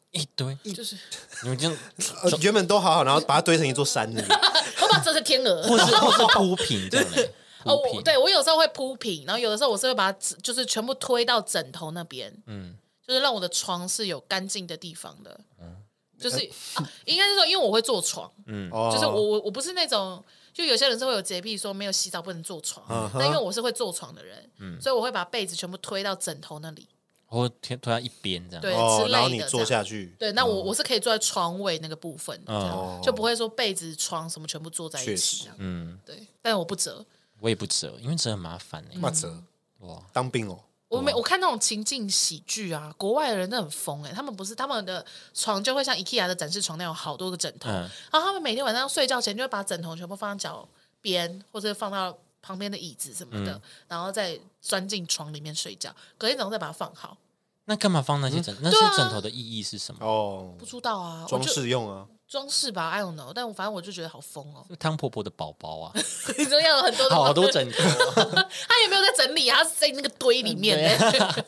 一堆。
就是
嗯
你们这样，
呃，原本都好好，然后把它堆成一座山那里。
我把它折成天
*laughs*
鹅。
*laughs* 或是或是铺平这样的。
哦，
铺
我
平。
对我有时候会铺平，然后有的时候我是会把它只就是全部推到枕头那边，
嗯
就是让我的床是有干净的地方的。
嗯
就是、啊应该是说，因为我会坐床，
*laughs* 嗯，
哎哦，
就是我我我不是那种，就有些人是会有洁癖，说没有洗澡不能坐床，
嗯哼嗯
但因为我是会坐床的人，所以我会把被子全部推到枕头那里，
或推推到一边这样。
对、
哦，
之
然后
类
你
的。
坐
这样
下去，
对，那我、我是可以坐在床尾那个部分的，这样、
哦
就不会说被子、床什么全部坐在一
确
起
实
这样。
嗯，
对，但我不折，
我也不折，因为折很麻烦哎、
嗯
嘛折？
哇，
当兵哦，
我
啊
没我看那种情境喜剧啊，国外的人真的很疯哎、他们不是他们的床就会像 IKEA 的展示床那样有好多个枕头，
嗯
然后他们每天晚上睡觉前就会把枕头全部放在脚边或者放到旁边的椅子什么的，
嗯
然后再钻进床里面睡觉，隔天早上再把它放好。
那干嘛放那些枕？那
对啊
些枕头的意义是什么？
哦
不，知道啊，我
装
就
饰用啊，
装饰吧，I don't know，但我反正我就觉得好疯哦。 *laughs* 啊
汤婆婆的宝宝啊，
你说要有很多
*laughs*
的
好多，枕
*laughs*
头，
他也没有在整理，他是在那个堆里面
嗯对
的。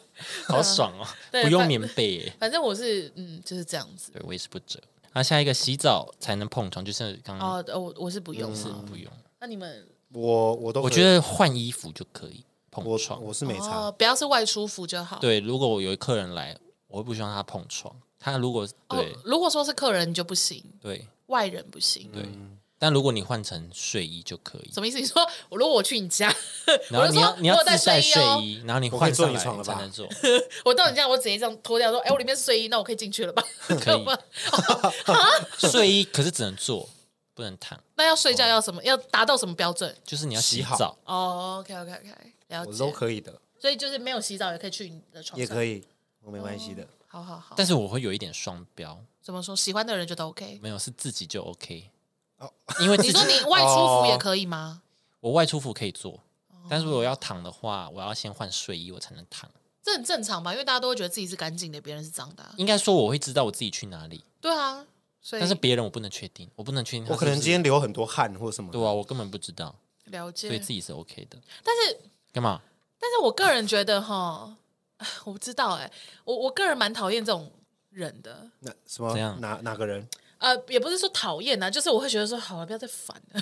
好爽哦，
对
不用
反
棉被耶。
*laughs* 反正我是嗯就是这样子。
对我也是不折。那下一个洗澡才能碰床，就是刚刚
哦，我我是不用
是
啊。
不用，
那你们
我我都
我
可以
觉得换衣服就可以碰
我
床。
我是没差，
哦，不要是外出服就好。
对，如果我有客人来，我会不希望他碰床。他如果
哦
对，
如果说是客人你就不行，
对
外人不行。
对，但如果你换成睡衣就可以。
什么意思？你说我如果我去你家， *laughs*
然后你
我
要
就说
你要
我有
自
带
带
睡衣哦
睡衣，然后你
我可以
换
坐
上
你
来
床了
才
吧
能做。
我到你家，我直接这样脱掉，说：“哎、我里面是睡衣，那我可以进去了吧？”
嗯 *laughs* 可以
吧？
睡衣可是只能坐，不能躺，
*laughs* 那要睡觉要
哦
什么？要达到什么标准？
就是你要
洗
洗
好
澡。
哦、o k OK OK，了
我都
解。
可以的，
所以就是没有洗澡也可以去你的床上，
也可
以。
以，我没关系的。
好好好。
但是我会有一点双标，
怎么说？喜欢的人觉得 OK。
没有是自己就 OK。因
哦
为自己
你说你外出服也可以吗？
我外出服可以做，
哦
但是如果要躺的话，我要先换睡衣，我才能躺。
这很正常吧，因为大家都会觉得自己是干净的，别人是脏的啊、
应该说我会知道我自己去哪里，
对啊，所以
嗯但是别人我不能确定，我不能确定他
我
是不
可
是。
能今天流很多汗或什么，
对啊，我根本不知道，
了
所以
解
自。己是 OK 的。
但是
干嘛？
但是我个人觉得哈， *laughs* 我不知道哎、我我个人蛮讨厌这种人的。
那什么
怎样
哪哪个人
呃，也不是说讨厌呐，就是我会觉得说，好了，不要再烦
*laughs*
了。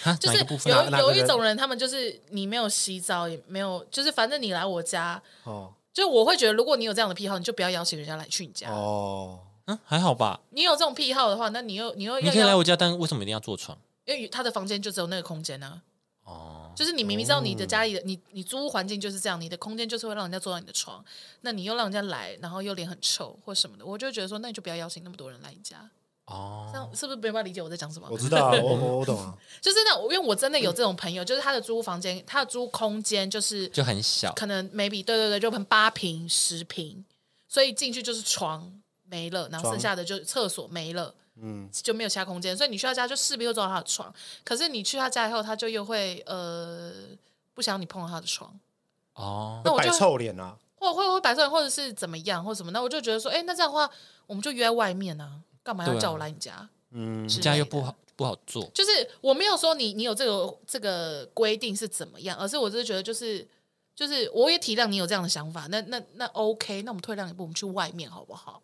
哈
就
哪
是
一个部分啊
哪
有
哪个
有
人
一种人，他们就是你没有洗澡，也没有，就是反正你来我家，
哦
就我会觉得，如果你有这样的癖好，你就不要邀请人家来去你家。
哦，
嗯，还好吧。
你有这种癖好的话，那你又你又
你
要
可以来
邀
我家，但为什么一定要坐床？
因为他的房间就只有那个空间啊呢、
哦，
就是你明明知道你的家里的、你你租屋环境就是这样，你的空间就是会让人家坐到你的床，那你又让人家来，然后又脸很臭或什么的，我就觉得说，那你就不要邀请那么多人来你家，这
哦，
样是不是没办法理解我在讲什么？
我知
*laughs*
道啊，我我我懂啊，
就是那我因为我真的有这种朋友，就是他的租屋房间，他的租屋空间就是
就很小，
可能 maybe 对对对，就可能八平十平，所以进去就是床没了，然后
床
剩下的就是厕所没了，
嗯，
就没有其他空间，所以你去他家就势必会坐到他的床。可是你去他家以后，他就又会呃不想你碰到他的床，
哦，
那我
摆
就
臭脸啊，
或会会摆出来，或者是怎么样或什么，那我就觉得说，哎，那这样的话，我们就约在外面啊，干嘛要
对啊
叫我来你家？
嗯，
之
你家
类
又
的
不好不好做，
就是我没有说你你有这个这个规定是怎么样，而是我只是觉得就是就是我也体谅你有这样的想法，那那那 OK，那我们退让一步，我们去外面好不好？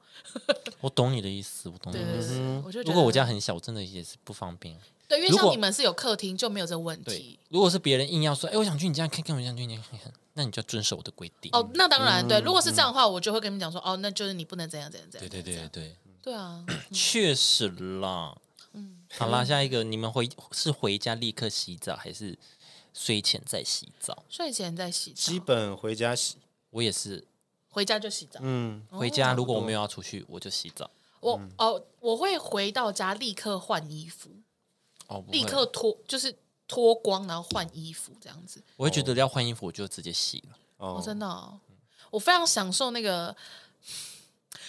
我懂你的意思，我懂你
对
的意
对
思。
对，我就觉得
嗯如果我家很小，我真的也是不方便。
对，因为
如
像
果
你们是有客厅就没有这个问
对
题，
如果是别人硬要说，哎，我想去你家看看，我想去你家看看，那你就要遵守我的规定。
哦，那当然、
嗯
对，如果是这样的话，我就会跟你们讲说，哦，那就是你不能怎样怎样怎
对
样，
对
怎
对
样
对，
对啊，
确实啦。
嗯
好啦，下一个，你们回是回家立刻洗澡，还是睡前再洗澡？
睡前再洗澡
基，本回家洗，
我也是，
回家就洗澡。
嗯，
哦
回家如果我没有要出去，我就洗澡。
我、
嗯
哦，我会回到家立刻换衣服，
哦，不会
立刻，脱就是脱光，然后换衣服这样子。
我会觉得要换衣服，我就直接洗了。
哦
哦，，真的、哦，我非常享受那个，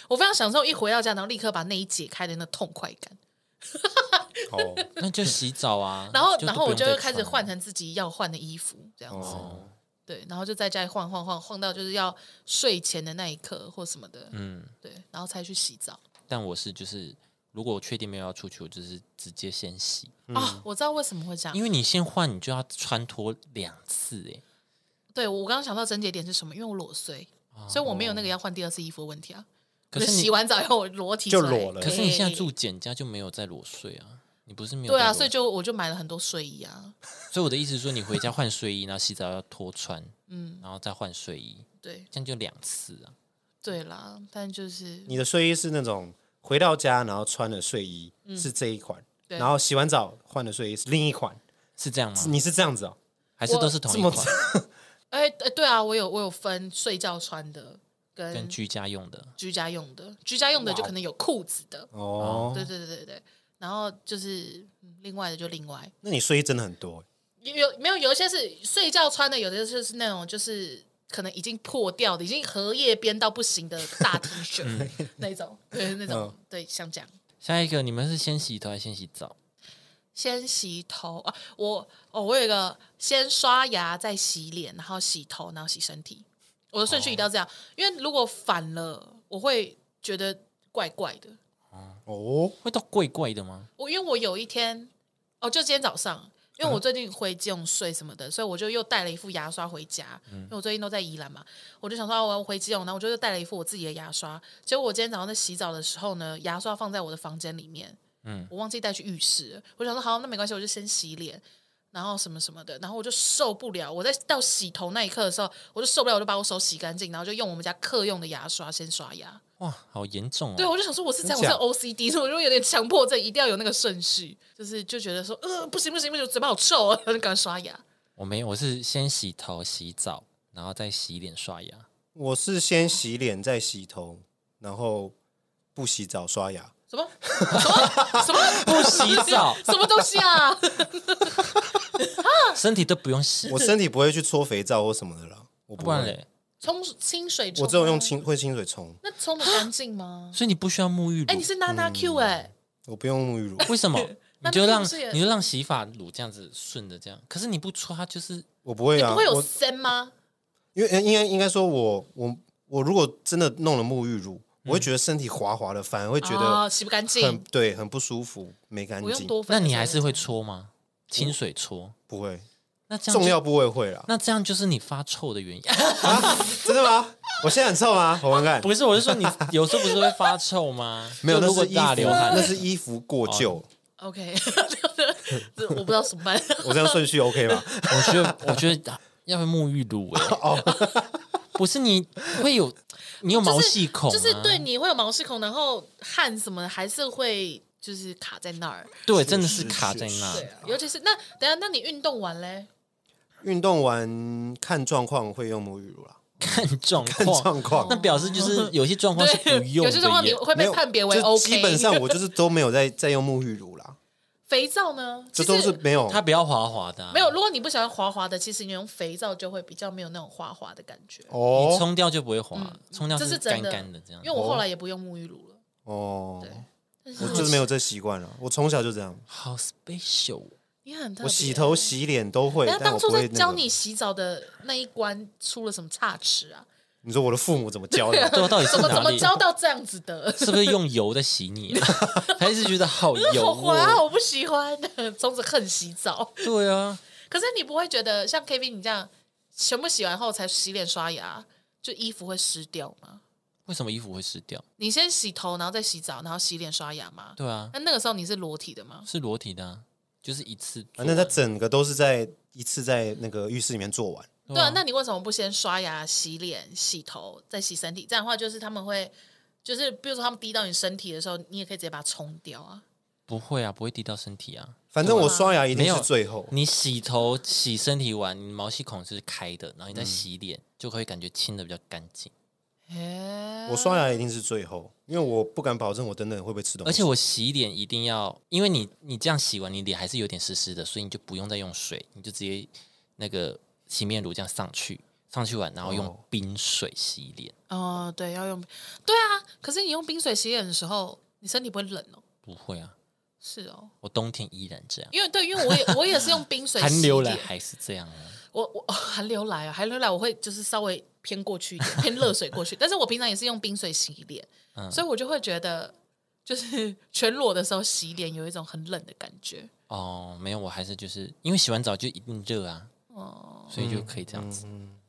我非常享受一回到家，然后立刻把内衣解开的那痛快感，
哦，
那就洗澡啊。
然后
就都
然后
不
我
用
就
再
会开始
穿了
换成自己要换的衣服，这样子，
哦，
对，然后就在家里晃晃晃晃到就是要睡前的那一刻或什么的，
嗯，
对，然后才去洗澡。
但我是就是，如果我确定没有要出去，我就是直接先洗，
啊，我知道为什么会这样
嗯因。为你先换，你就要穿脱两次哎、
对我刚刚想到症结点是什么，因为我裸睡，
哦
所以我没有那个要换第二次衣服的问题啊。
可是
就
你
洗完澡以后，我裸体
就
出来
裸了
可是你现在
对
住简家就没有在裸睡啊，你不是没有
对
在
啊，
裸
所以就我就买了很多睡衣啊。
所以我的意思是说，你回家换睡衣，然后洗澡要脱穿，嗯，然后再换睡衣，
对
这样就两次啊。
对啦，但就是
你的睡衣是那种回到家然后穿的睡衣是这一款，
嗯对
然后洗完澡换的睡衣是另一款，
是这样吗？
你是这样子哦，
还是都是同一
这
款
么
哎、哎对啊，我有我有分睡觉穿的
跟
跟
居哦家用的？
居家用的，居家用的就可能有裤子的，
哦，
对对对对对。然后就是嗯另外的就另外，
那你睡衣真的很多欸，
有有没有有一些是睡觉穿的，有的就是那种就是可能已经破掉的，已经荷叶边到不行的大 T 恤、
嗯
那种，对那种、对像这样。
下一个，你们是先洗头还是先洗澡？
先洗头啊，我哦，我有一个先刷牙，再洗脸，然后洗头，然后洗身体。我的顺序一定要这样，因为如果反了，我会觉得怪怪的。
哦，
会到怪怪的吗？
我因为我有一天，哦，就今天早上，因为我最近回基隆睡什么的，所以我就又带了一副牙刷回家，因为我最近都在宜兰嘛，我就想说、啊、我要回基隆，然后我就又带了一副我自己的牙刷。结果我今天早上在洗澡的时候呢，牙刷放在我的房间里面，嗯，我忘记带去浴室了，我想说好，那没关系，我就先洗脸。然后什么什么的，然后我就受不了。我在到洗头那一刻的时候，我就受不了，我就把我手洗干净，然后就用我们家客用的牙刷先刷牙。
哇，好严重哦！
对，我就想说我是在我
真
是
假
OCD，所以我就有点强迫症，一定要有那个顺序，就是就觉得说，呃，不行不行不行，嘴巴好臭啊，然后就赶快刷牙。
我没有，我是先洗头、洗澡，然后再洗脸、刷牙。
我是先洗脸再洗头，然后不洗澡刷
*laughs*
牙。
什么什么
*laughs*
什么不
洗澡
什么东西啊？
身体都不用洗，
我身体不会去搓肥皂或什么的啦，我不
不然
会。
嘞，？
冲清水冲吗，
我只有用清会清水冲，
那冲的干净吗
所以你不需要沐浴
哎、你
乳。
是
嗯
娜娜 Q 哎、
我不用沐浴乳，
为什么？
那
你就让
那是不是也
你就让洗发乳这样子顺着这样，可是你不搓它就是
我不会
你
啊。
不会有
我
森吗？
因为应该应该说我我我如果真的弄了沐浴乳，我会觉得身体滑滑的，反而会觉
啊
得
洗不干
很
净，
对很不舒服，没干
不用
净。
多粉
那
的时候。
你还是会搓吗？清水搓，
不会，
那这样
重
就
要部位会啦。 *laughs*
那这样就是你发臭的原因。
啊，真的吗？我现在很臭吗？我看看，
不是，我是说你有时候不是会发臭吗？
没有，那
就如果
是衣服，
大流汗哦
那，是衣服过旧。
OK，这我不知道怎么办。
我这样顺序 OK 吧？
我觉得我觉得啊要会沐浴乳哎、 *laughs* 不是你会有你有毛细孔、啊
就是对你会有毛细孔，然后汗什么的还是会就是卡在那儿。
对真的是卡在那
是。
啊尤其是那等一下，那你运动完嘞？
运动完看状况会用沐浴乳啦，
*laughs* 看状
看
况，
状况
那。表示就是有些状况是不
对，
用
有
的
些状况你
耶。
会
没
被
有
判别为
就
OK。
基本上我就是都没有在在用沐浴乳
*laughs*
啦，
肥皂呢，
这
其
都是
实
没有
它不要滑滑的、啊，
没有。如果你不喜欢滑滑的，其实你用肥皂就会比较没有那种滑滑的感觉。
你
哦
冲掉就不会滑，冲掉
嗯这
是
是
干
真
干的这样
嗯
因为。我后来也不用沐浴乳了。
哦，
但是
我就是没有这习惯了，我从小就这样，
好 special，哦
你很特别。
我洗头、洗脸都会
等一下，，
但
哎当
我
初
不
在
会那
教
个。
你洗澡的那一关出了什么差池
*laughs*
啊？
你说我的父母怎么教
*laughs*
的？
对啊，到底是
怎么怎
哪
么
里？
教到这样子的？
是不是用油在洗你、啊？ *laughs* 还是觉得好油、
*laughs* 好滑，
哦？
我不喜欢，从此恨洗澡。
对啊，
可是你不会觉得像 Kevin 你这样，全部洗完后才洗脸刷牙，就衣服会湿掉吗？
为什么衣服会湿掉？
你先洗头，然后再洗澡，然后洗脸刷牙吗？
对啊，
那那个时候你是裸体的吗？
是裸体的、啊，就是一次做
反
完。
正他整个都是在一次在那个浴室里面做完，
对
对
啊
啊，那你为什么不先刷牙、洗脸、洗头，再洗身体？这样的话，就是他们会，就是比如说他们滴到你身体的时候，你也可以直接把它冲掉啊。
不会啊，不会滴到身体啊。
反正我刷牙一
没
定
有
是最后。
你洗头、洗身体完，你毛细孔是开的，然后你
嗯
再洗脸，就会感觉清的比较干净。
哎
我刷牙一定是最后，因为我不敢保证我等等会不会吃东西。
而且我洗脸一定要，因为你你这样洗完，你脸还是有点湿湿的，所以你就不用再用水，你就直接那个洗面乳这样上去，上去完然后用
哦
冰水洗脸，
哦，对，要用，对啊。可是你用冰水洗脸的时候，你身体不会冷哦？
不会啊，
是哦，
我冬天依然这样，
因为对，因为我也我也是用冰水
*laughs*
洗
寒流来
脸
还是这样啊。
我我、哦 *laughs* 寒流来啊，寒流来我会就是稍微偏过去一点，偏热水过去，但是我平常也是用冰水洗脸，所以我就会觉得就是全裸的时候洗脸有一种很冷的感觉。
哦，没有，我还是就是因为洗完澡就一定热啊，
哦
所以就可以这样子。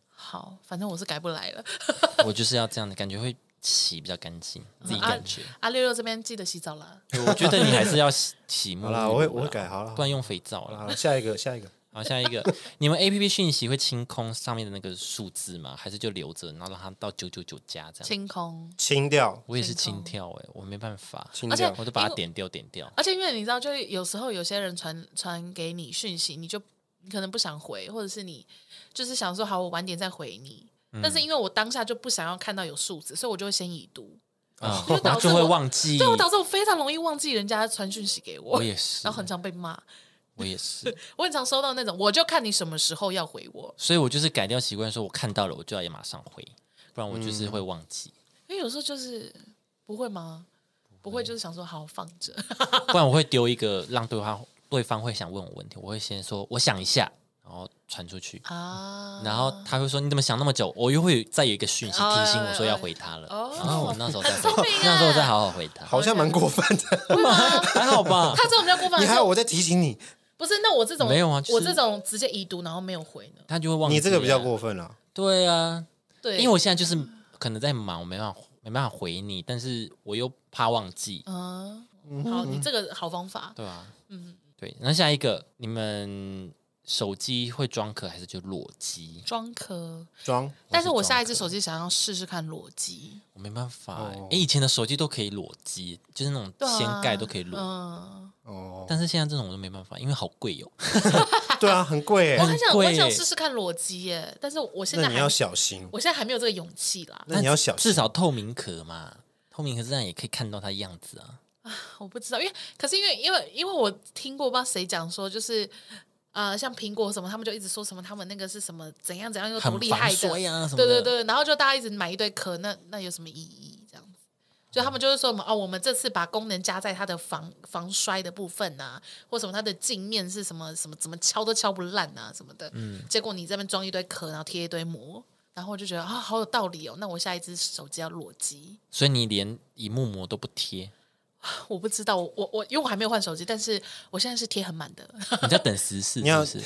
好，反正我是改不来了。 *laughs*
我就是要这样的感觉，会洗比较干净，自己感觉。
阿六六这边记得洗澡啦。
我觉得你还是要洗洗沐
好
浴乳
啦，
啦，
我会我会改好了。
不然用肥皂了。
好，下一个下一个，
好，下一个，你们 A P P 讯息会清空上面的那个数字吗？还是就留着，然后让它到九九九加这样？
清空，
清掉，
我也是
清
清
空
跳哎、我没办法，
清
而且
掉。
我都把
因
它
为
点掉点掉。
而且因为你知道，就是有时候有些人传传给你讯息，你就你可能不想回，或者是你就是想说好，我晚点再回你。但是因为我当下就不想要看到有数字，所以我就会先已读，
啊
哦因为导致
就会
我
忘记。
对我导致我非常容易忘记人家传讯息给我，
我也是
然后很常被骂。
我也是，
我很常收到那种，我就看你什么时候要回我，
所以我就是改掉习惯，说我看到了我就要也马上回，不然我就是
嗯
会忘记，
因为有时候就是不会吗？不会，就是想说好放着，
不然我会丢一个让对方对方会想问我问题，我会先说我想一下，然后传出去，
啊，
然后他会说你怎么想那么久？我又会再有一个讯息提醒我说要回他了，
哦
然后我那时候再
很聪
回
明啊，
那时候再好好回他，
好像啊蛮过分的。
还好吧？
他这种比较过分，啊
你还有
是
我在提醒你，
不是？那我这种
没有啊就是
我这种直接已读然后没有回呢？
他就会忘记啊。
你这个比较过分了。
对啊，
对，嗯
因为我现在就是可能在忙，我没办法没办法回你，但是我又怕忘记，
啊，好，你这个好方法，
对啊，嗯，对。那下一个，你们手机会装壳还是就裸机？
装壳。
*laughs*
装
但是我
装
下一只手机想要试试看裸机，
我没办法、欸，哎、
哦
以前的手机都可以裸机，就是那种
对啊
掀盖都可以裸，
嗯，
哦，
但是现在这种我都没办法，因为好贵哦哟、
对啊，很贵
我
哎，
很想，我
贵
很想
耶
试试看裸机耶，但是我现
那
在
你
还
要，小心。
我现在还没有这个勇气啦。
那你要小心
至，少透明壳嘛，透明壳这样也可以看到它样子啊。
我不知道，因为可是因为因为因为我听过不知道谁讲说，就是呃，像苹果什么，他们就一直说什么他们那个是什么怎样怎样又
很
多厉
防
害的
摔啊什么
对对
的
对，然后就大家一直买一堆壳，那那有什么意义？这样子，就他们就是说什么哦，我们这次把功能加在它的防防摔的部分呐、或什么它的镜面是什么什么怎么敲都敲不烂呐、什么的，嗯，结果你这边装一堆壳，然后贴一堆膜。然后我就觉得啊，好有道理哦！那我下一只手机要裸机，
所以你连荧幕膜都不贴，
我不知道，我我我，因为我还没有换手机，但是我现在是贴很满的。 *laughs*
你在等十四
你
是
要
不是？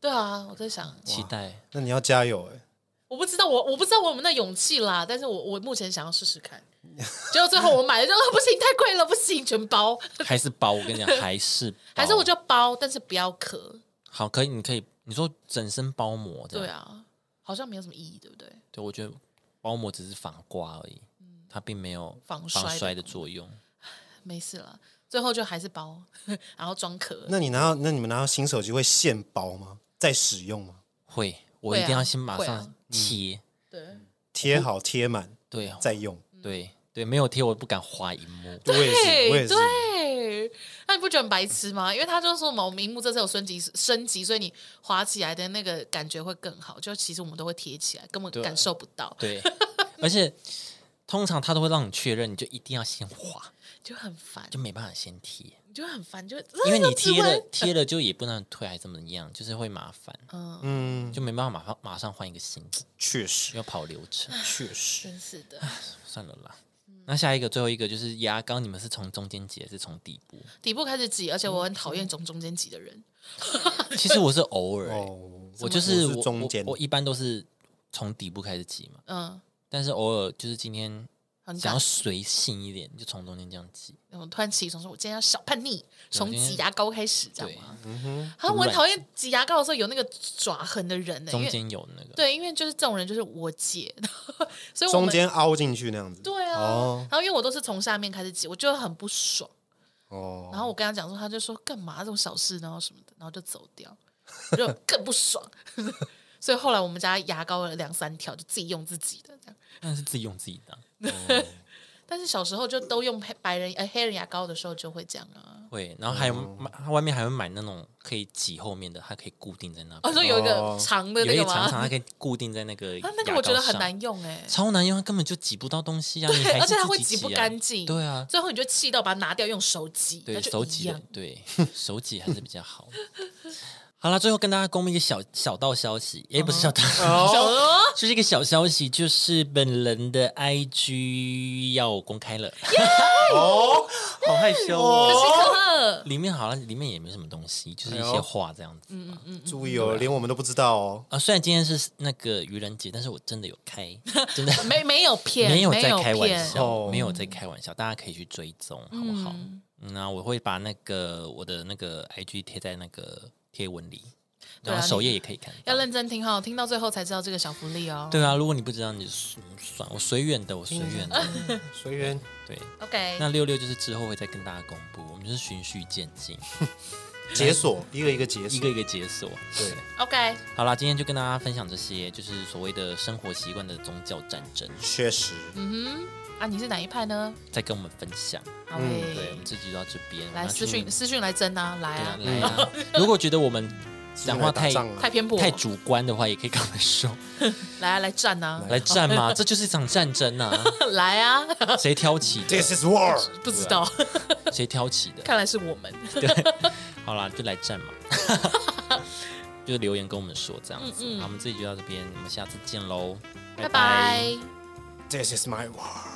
对啊，我在想，
期待。
那你要加油哎。
我不知道，我我不知道我有没有那勇气啦，但是我我目前想要试试看。 *laughs* 结果最后我买了就， *laughs* 啊不行，太贵了，不行，全包，
还是包，我跟你
*laughs*
讲，还是包
还是我就包，但是不要壳。
好，可以，你可以，你说整身包膜这样，
对啊，好像没有什么意义，对不对？
对我觉得包膜只是防刮而已，它并没有
嗯防摔的
防摔的作用。
没事啦，最后就还是包， *laughs* 然后装壳。
那你拿到那你们拿到新手机会现包吗？再使用吗？
会，我
会
一
啊
定要先马
会啊
上贴，
对，
贴好贴满
对啊
再
*laughs*
用。
对对，没有贴我不敢划荧幕。
我也是，我也是。
对对，那你不觉得很白痴吗？因为他就说某名目这次有升级升级，所以你滑起来的那个感觉会更好。就其实我们都会贴起来，根本
对
感受不到，
对，而且通常他都会让你确认，你就一定要先划，
就很烦
就，没办法先贴，
你就很烦，就
因为
啊
你
有指
贴了
纹
贴了就也不能退还怎么样，就是会麻烦，
嗯，
就没办法马上马上换一个新的，
确实，
要跑流程。
确实。
真是的，
算了啦。那下一个，最后一个就是牙膏，你们是从中间挤还是从底部？
底部开始挤，而且我很讨厌从中间挤的人。
其实我是偶尔欸、
哦，
我就
我
我
中间
我，我一般都是从底部开始挤嘛，
嗯，
但是偶尔就是今天
很
想
感
要。随性一点，就从中间这样挤。
我突然起床说，我今天要小叛逆，从
今天
挤牙膏开始，这
对
样，吗？好像我很讨厌挤牙膏的时候有那个爪痕的人呢、因
中
为
间有那个，
对，因为就是这种人就是我姐， *laughs* 所以我
中
们
间凹进去那样子。
对啊，
哦
然后因为我都是从下面开始挤，我就很不爽。
哦，
然后我跟他讲说，他就说干嘛这种小事，然后什么的，然后就走掉，我就更不爽。 *laughs* 所以后来我们家牙膏了两三条，就自己用自己的这样。
但是自己用自己的啊，
但是小时候就都用黑白人呃黑人牙膏的时候就会这样啊。
会。然后还有买，它外面还会买那种可以挤后面的，它可以固定在那
哦，
边，
说有一个
哦
长的
有
那
一
个
长
吗？
长，它可以固定在那个牙
啊
膏，
那个我觉得很
上
难用哎、
超难用，它根本就挤不到东西啊！你还
对，
是
而且它
自
会
己
挤不
啊
干净。
对啊，
最后你就气到把它拿掉，用手挤，那
对
就
手
一
挤的
样。，
对手挤还是比较好。好了，最后跟大家公布一个小小道消息，也不
嗯
是小道， *laughs*
哦，
就是一个小消息，就是本人的 IG 要公开了，
哦，
好害羞哦。
可贺
里面好像里面也没什么东西，就是一
哎
些
呦
话这样子。
注意
嗯
哦，连我们都不知道哦。
啊，虽然今天是那个愚人节，但是我真的有开，
*laughs*
真的
呃没没有骗，
没
没
有在开玩
骗
笑，
哦
没有在开玩笑，大家可以去追踪，好不好？
嗯
那我会把那个我的那个 IG 贴在那个贴文里，
对啊
然后首页也可以看到。
要认真听哈，听到最后才知道这个小福利哦。
对啊，如果你不知道，你就嗯算我随缘的，我随缘
嗯
的。
随缘，
对，
，OK，
那六六就是之后会再跟大家公布，我们就是循序渐进，
解锁一个一个解
一
锁
个。一个解锁。
对，
OK，
好啦，今天就跟大家分享这些，就是所谓的生活习惯的宗教战争，
确实，
嗯
啊，你是哪一派呢？
再跟我们分享。
好
嗯对，我们
嘞，
这集就到这边，我
来
们要
私
去
讯私讯来争啊，来
对啊
啊，，
来啊！如果觉得我们讲话太
打仗了啊
太偏颇，
太主观的话，也可以跟我们说，
来啊来战啊，
来战嘛，这就是一场战争啊！
*laughs* 来啊， *laughs*
谁挑起的？
，This is war。
不知
啊
道， *laughs*
谁挑起的？
看来是我们。
*laughs* 好啦，就来战嘛！就是留言跟我们说这样子。
嗯嗯
好，我们这集就到这边，我们下次见喽，
拜拜
This is my world.